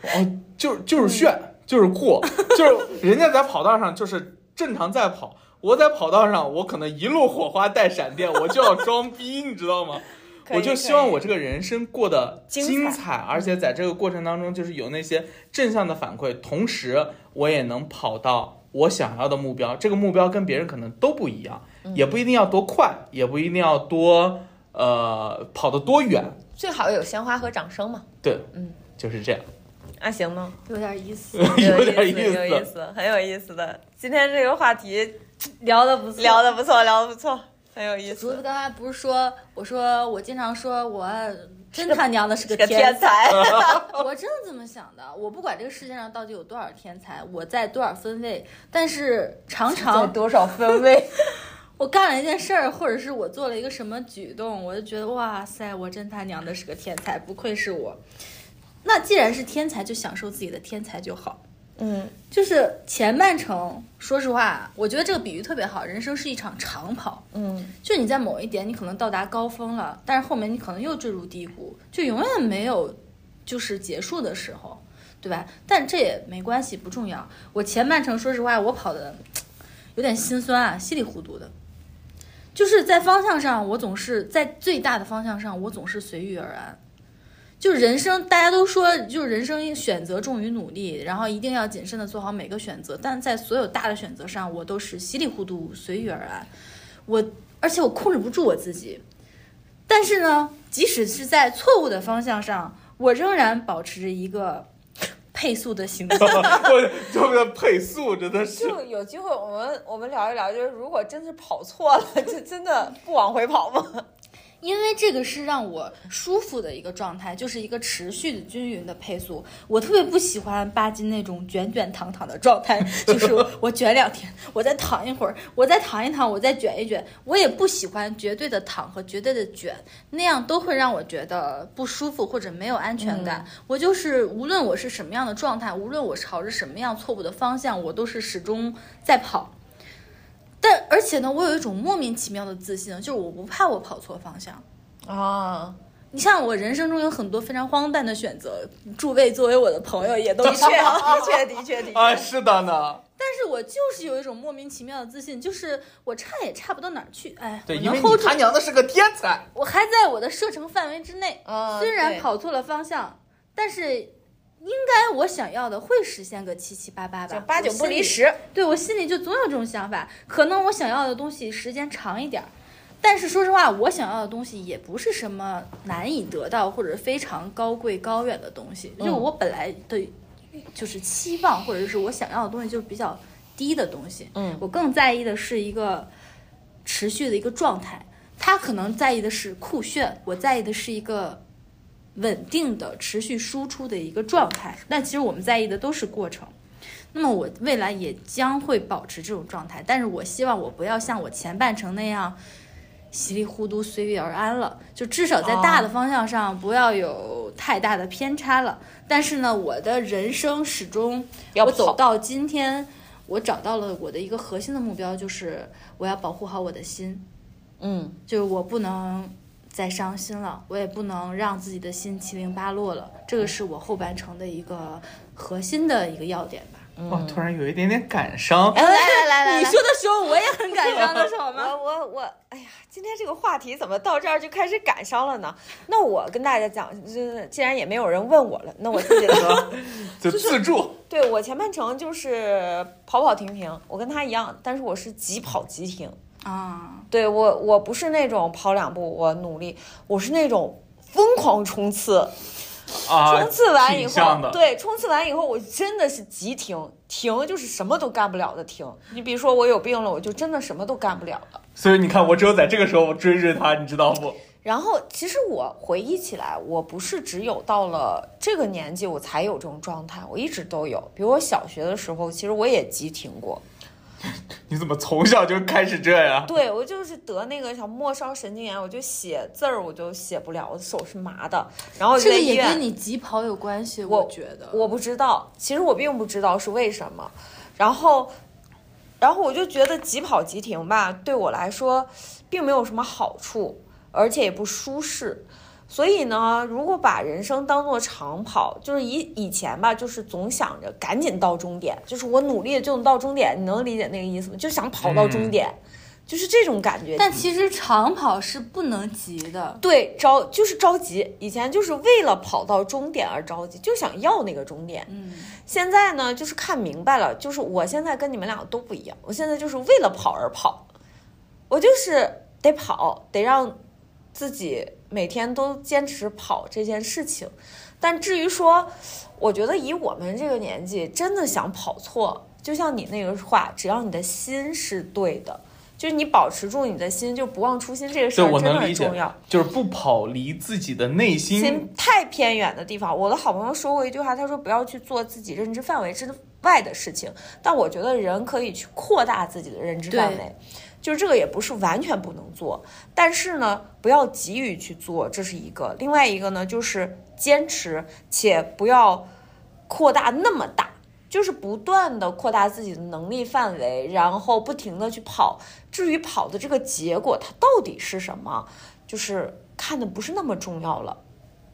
[SPEAKER 2] 哦，就是就是
[SPEAKER 3] 嗯
[SPEAKER 2] 炫，就是 酷，就是人家在跑道上就是正常在跑，我在跑道上我可能一路火花带闪电，我就要装逼，你知道吗？
[SPEAKER 4] 可以
[SPEAKER 2] 我就希望我这个人生过得
[SPEAKER 4] 精彩
[SPEAKER 2] 精彩，而且在这个过程当中，就是有那些正向的反馈，同时我也能跑到我想要的目标。这个目标跟别人可能都不一样，也不一定要多快，也不一定要多呃跑得多远，
[SPEAKER 1] 最好有鲜花和掌声嘛。
[SPEAKER 2] 对，
[SPEAKER 1] 嗯，
[SPEAKER 2] 就是这样，
[SPEAKER 4] 啊，行吗？
[SPEAKER 3] 有点意 思，
[SPEAKER 2] 有点
[SPEAKER 4] 意
[SPEAKER 2] 意
[SPEAKER 4] 思，有意
[SPEAKER 2] 思。
[SPEAKER 4] 思，很有意思的。今天这个话题
[SPEAKER 3] 聊的不错。
[SPEAKER 4] 聊的不错，聊的不错，很有意
[SPEAKER 3] 竹
[SPEAKER 4] 思
[SPEAKER 3] 子。刚才不是说，我说我经常说我真他娘的是个
[SPEAKER 4] 这个
[SPEAKER 3] 天
[SPEAKER 4] 天才，
[SPEAKER 3] 我真的这么想的。我不管这个世界上到底有多少天才，我在多少分位，但是常常
[SPEAKER 1] 多少分位？
[SPEAKER 3] 我干了一件事儿，或者是我做了一个什么举动，我就觉得哇塞，我真他娘的是个天才，不愧是我。那既然是天才，就享受自己的天才就好。
[SPEAKER 4] 嗯，
[SPEAKER 3] 就是前半程，说实话，我觉得这个比喻特别好。人生是一场长跑，
[SPEAKER 4] 嗯，
[SPEAKER 3] 就你在某一点，你可能到达高峰了，但是后面你可能又坠入低谷，就永远没有就是结束的时候，对吧？但这也没关系，不重要。我前半程，说实话，我跑的有点心酸啊，稀里糊涂的。就是在方向上，我总是在最大的方向上，我总是随遇而安。就人生，大家都说，就人生选择重于努力，然后一定要谨慎的做好每个选择。但在所有大的选择上，我都是稀里糊涂、随遇而安。我而且我控制不住我自己。但是呢，即使是在错误的方向上，我仍然保持着一个 配速的 行动。
[SPEAKER 2] 我这个配速真的是，
[SPEAKER 4] 就有机会我们我们聊一聊，就是如果真是跑错了，这真的不往回跑吗？
[SPEAKER 3] 因为这个是让我舒服的一个状态，就是一个持续的均匀的配速。我特别不喜欢巴金那种卷卷躺躺的状态，就是我卷两天，我再躺一会儿，我再躺一躺，我再卷一卷。我也不喜欢绝对的躺和绝对的卷，那样都会让我觉得不舒服或者没有安全感。我就是无论我是什么样的状态，无论我朝着什么样错误的方向，我都是始终在跑。但而且呢，我有一种莫名其妙的自信，就是我不怕我跑错方向。
[SPEAKER 4] 啊，
[SPEAKER 3] 你像我人生中有很多非常荒诞的选择，诸位作为我的朋友也都知道。
[SPEAKER 4] 的确，的确，的确，
[SPEAKER 2] 啊，是的呢，
[SPEAKER 3] 但是我就是有一种莫名其妙的自信，就是我差也差不到哪儿去，哎，
[SPEAKER 2] 对，
[SPEAKER 3] 我
[SPEAKER 2] 因
[SPEAKER 3] 能
[SPEAKER 2] 为你
[SPEAKER 3] hold 住
[SPEAKER 2] 他，娘的是个天才。
[SPEAKER 3] 我还在我的射程范围之内，
[SPEAKER 4] 啊
[SPEAKER 3] 虽然
[SPEAKER 4] 对
[SPEAKER 3] 跑错了方向。但是应该我想要的会实现个七七八八吧，
[SPEAKER 1] 就八九不离
[SPEAKER 3] 十。
[SPEAKER 1] 十。
[SPEAKER 3] 对我心里就总有这种想法，可能我想要的东西时间长一点儿，但是说实话，我想要的东西也不是什么难以得到或者非常高贵高远的东西，就我本来的，就是期望或者是我想要的东西就是比较低的东西，
[SPEAKER 5] 嗯
[SPEAKER 3] 我更在意的是一个持续的一个状态，他可能在意的是酷炫，我在意的是一个。稳定的、持续输出的一个状态，但其实我们在意的都是过程。那么我未来也将会保持这种状态，但是我希望我不要像我前半程那样稀里糊涂、随遇而安了，就至少在大的方向上不要有太大的偏差了。但是呢，我的人生始终，
[SPEAKER 5] 要
[SPEAKER 3] 我走
[SPEAKER 5] 跑
[SPEAKER 3] 到今天，我找到了我的一个核心的目标，就是我要保护好我的心，
[SPEAKER 5] 嗯，
[SPEAKER 3] 就是我不能。再伤心了，我也不能让自己的心七零八落了，这个是我后半程的一个核心的一个要点吧。
[SPEAKER 2] 哇，突然有一点点感伤。
[SPEAKER 1] 来来来来
[SPEAKER 3] 你
[SPEAKER 1] 来，
[SPEAKER 3] 说的时候我也很感伤，那是我吗？
[SPEAKER 1] 我我我，哎呀，今天这个话题怎么到这儿就开始感伤了呢？那我跟大家讲，就是既然也没有人问我了，那我自己来。
[SPEAKER 2] 就自助，
[SPEAKER 1] 对我前半程就是跑跑停停，我跟他一样，但是我是急跑急停。
[SPEAKER 3] 啊，
[SPEAKER 1] 对我，我不是那种跑两步我努力，我是那种疯狂冲刺。
[SPEAKER 2] 啊，
[SPEAKER 1] 冲刺完以
[SPEAKER 2] 挺像
[SPEAKER 1] 后，
[SPEAKER 2] 的
[SPEAKER 1] 对，冲刺完以后，我真的是急停，停就是什么都干不了的停。你比如说我有病了，我就真的什么都干不了了。
[SPEAKER 2] 所以你看，我只有在这个时候追追他，你知道不？
[SPEAKER 1] 然后，其实我回忆起来，我不是只有到了这个年纪我才有这种状态，我一直都有。比如我小学的时候，其实我也急停过，
[SPEAKER 2] 你怎么从小就开始这 样？
[SPEAKER 1] 对我就是得那个小末梢神经炎，我就写字儿我就写不了，我手是麻的。然后
[SPEAKER 3] 这
[SPEAKER 1] 在
[SPEAKER 3] 个
[SPEAKER 1] 医
[SPEAKER 3] 也
[SPEAKER 1] 院
[SPEAKER 3] 跟你疾跑有关系，
[SPEAKER 1] 啊我
[SPEAKER 3] 我觉得。
[SPEAKER 1] 我不知道，其实我并不知道是为什么。然后，然后我就觉得急跑急停吧，对我来说并没有什么好处，而且也不舒适。所以呢，如果把人生当做长跑，就是以以前吧，就是总想着赶紧到终点，就是我努力就能到终点，你能理解那个意思吗？就想跑到终点，就是这种感觉。
[SPEAKER 3] 但其实长跑是不能急的，
[SPEAKER 1] 对着就是着急，以前就是为了跑到终点而着急，就想要那个终点。
[SPEAKER 3] 嗯，
[SPEAKER 1] 现在呢，就是看明白了，就是我现在跟你们俩都不一样，我现在就是为了跑而跑，我就是得跑，得让自己每天都坚持跑这件事情。但至于说，我觉得以我们这个年纪，真的想跑错，就像你那个话，只要你的心是对的，就是你保持住你的心，就不忘初心这个事
[SPEAKER 2] 对，
[SPEAKER 1] 儿
[SPEAKER 2] 我
[SPEAKER 1] 真的
[SPEAKER 2] 能
[SPEAKER 1] 很
[SPEAKER 2] 理解
[SPEAKER 1] 重要。，
[SPEAKER 2] 就是不跑离自己的内心。
[SPEAKER 1] 心太偏远的地方。我的好朋友说过一句话，他说不要去做自己认知范围之外的事情。但我觉得人可以去扩大自己的认知范围，就是这个也不是完全不能做，但是呢，不要急于去做，这是一个。另外一个呢，就是坚持，且不要扩大那么大。就是不断的扩大自己的能力范围，然后不停的去跑。至于跑的这个结果，它到底是什么，就是看的不是那么重要了。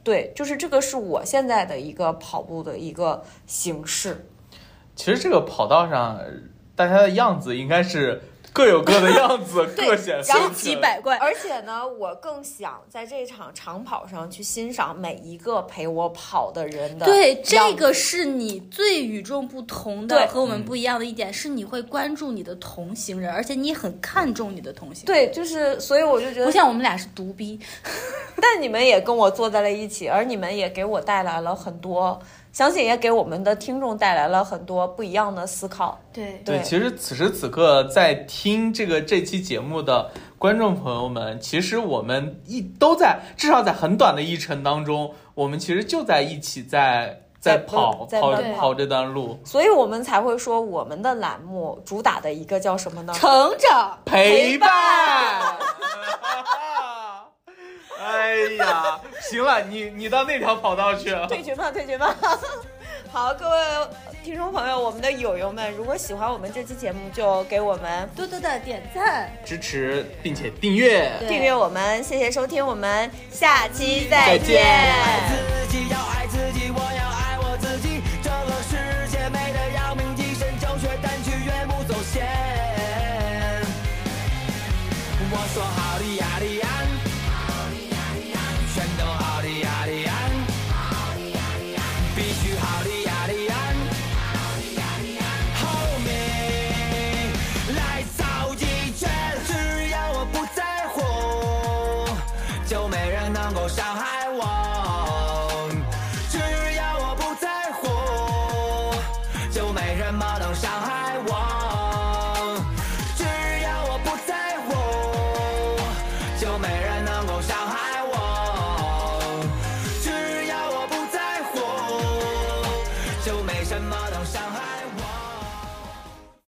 [SPEAKER 1] 对，就是这个是我现在的一个跑步的一个形式。
[SPEAKER 2] 其实这个跑道上，大家的样子应该是各有各的样 子，各显
[SPEAKER 1] 然后
[SPEAKER 2] 风
[SPEAKER 3] 几
[SPEAKER 2] 情。
[SPEAKER 3] 百怪。
[SPEAKER 1] 而且呢，我更想在这场长跑上去欣赏每一个陪我跑的人的
[SPEAKER 3] 对，
[SPEAKER 1] 样
[SPEAKER 3] 这
[SPEAKER 1] 子
[SPEAKER 3] 个是你最与众不同的
[SPEAKER 1] 对
[SPEAKER 3] 和我们不一样的一点，是你会关注你的同行人，而且你很看重你的同行。，
[SPEAKER 1] 对，就是所以我就觉
[SPEAKER 3] 不
[SPEAKER 1] 得，
[SPEAKER 3] 像我们俩是独逼，
[SPEAKER 1] 但你们也跟我坐在了一起，而你们也给我带来了很多，相信也给我们的听众带来了很多不一样的思考。
[SPEAKER 3] 对
[SPEAKER 2] 对，
[SPEAKER 1] 对
[SPEAKER 2] 其实此时此刻在听这个这期节目的观众朋友们，其实我们一都在，至少在很短的一程当中，我们其实就在一起在
[SPEAKER 1] 在奔
[SPEAKER 2] 跑
[SPEAKER 1] 在
[SPEAKER 2] 跑
[SPEAKER 1] 奔
[SPEAKER 3] 跑
[SPEAKER 2] 跑这段路，
[SPEAKER 1] 所以我们才会说，我们的栏目主打的一个叫什么呢？
[SPEAKER 3] 成长。
[SPEAKER 2] 陪伴。 哎呀，行了，你你到那条跑道去。
[SPEAKER 1] 退群吧，退群吧。 好，各位听众朋友，我们的友友们，如果喜欢我们这期节目，就给我们
[SPEAKER 3] 多多的点赞，
[SPEAKER 2] 支持并且订阅。
[SPEAKER 3] 对
[SPEAKER 1] 订阅我们，谢谢收听，我们下期再
[SPEAKER 2] 再见
[SPEAKER 1] 见
[SPEAKER 6] 自己要爱自己，我要爱我自己。这个世界美得要命，一身教学单曲绝不走闲。我说好的呀的呀，全都好的呀的呀，有伤害。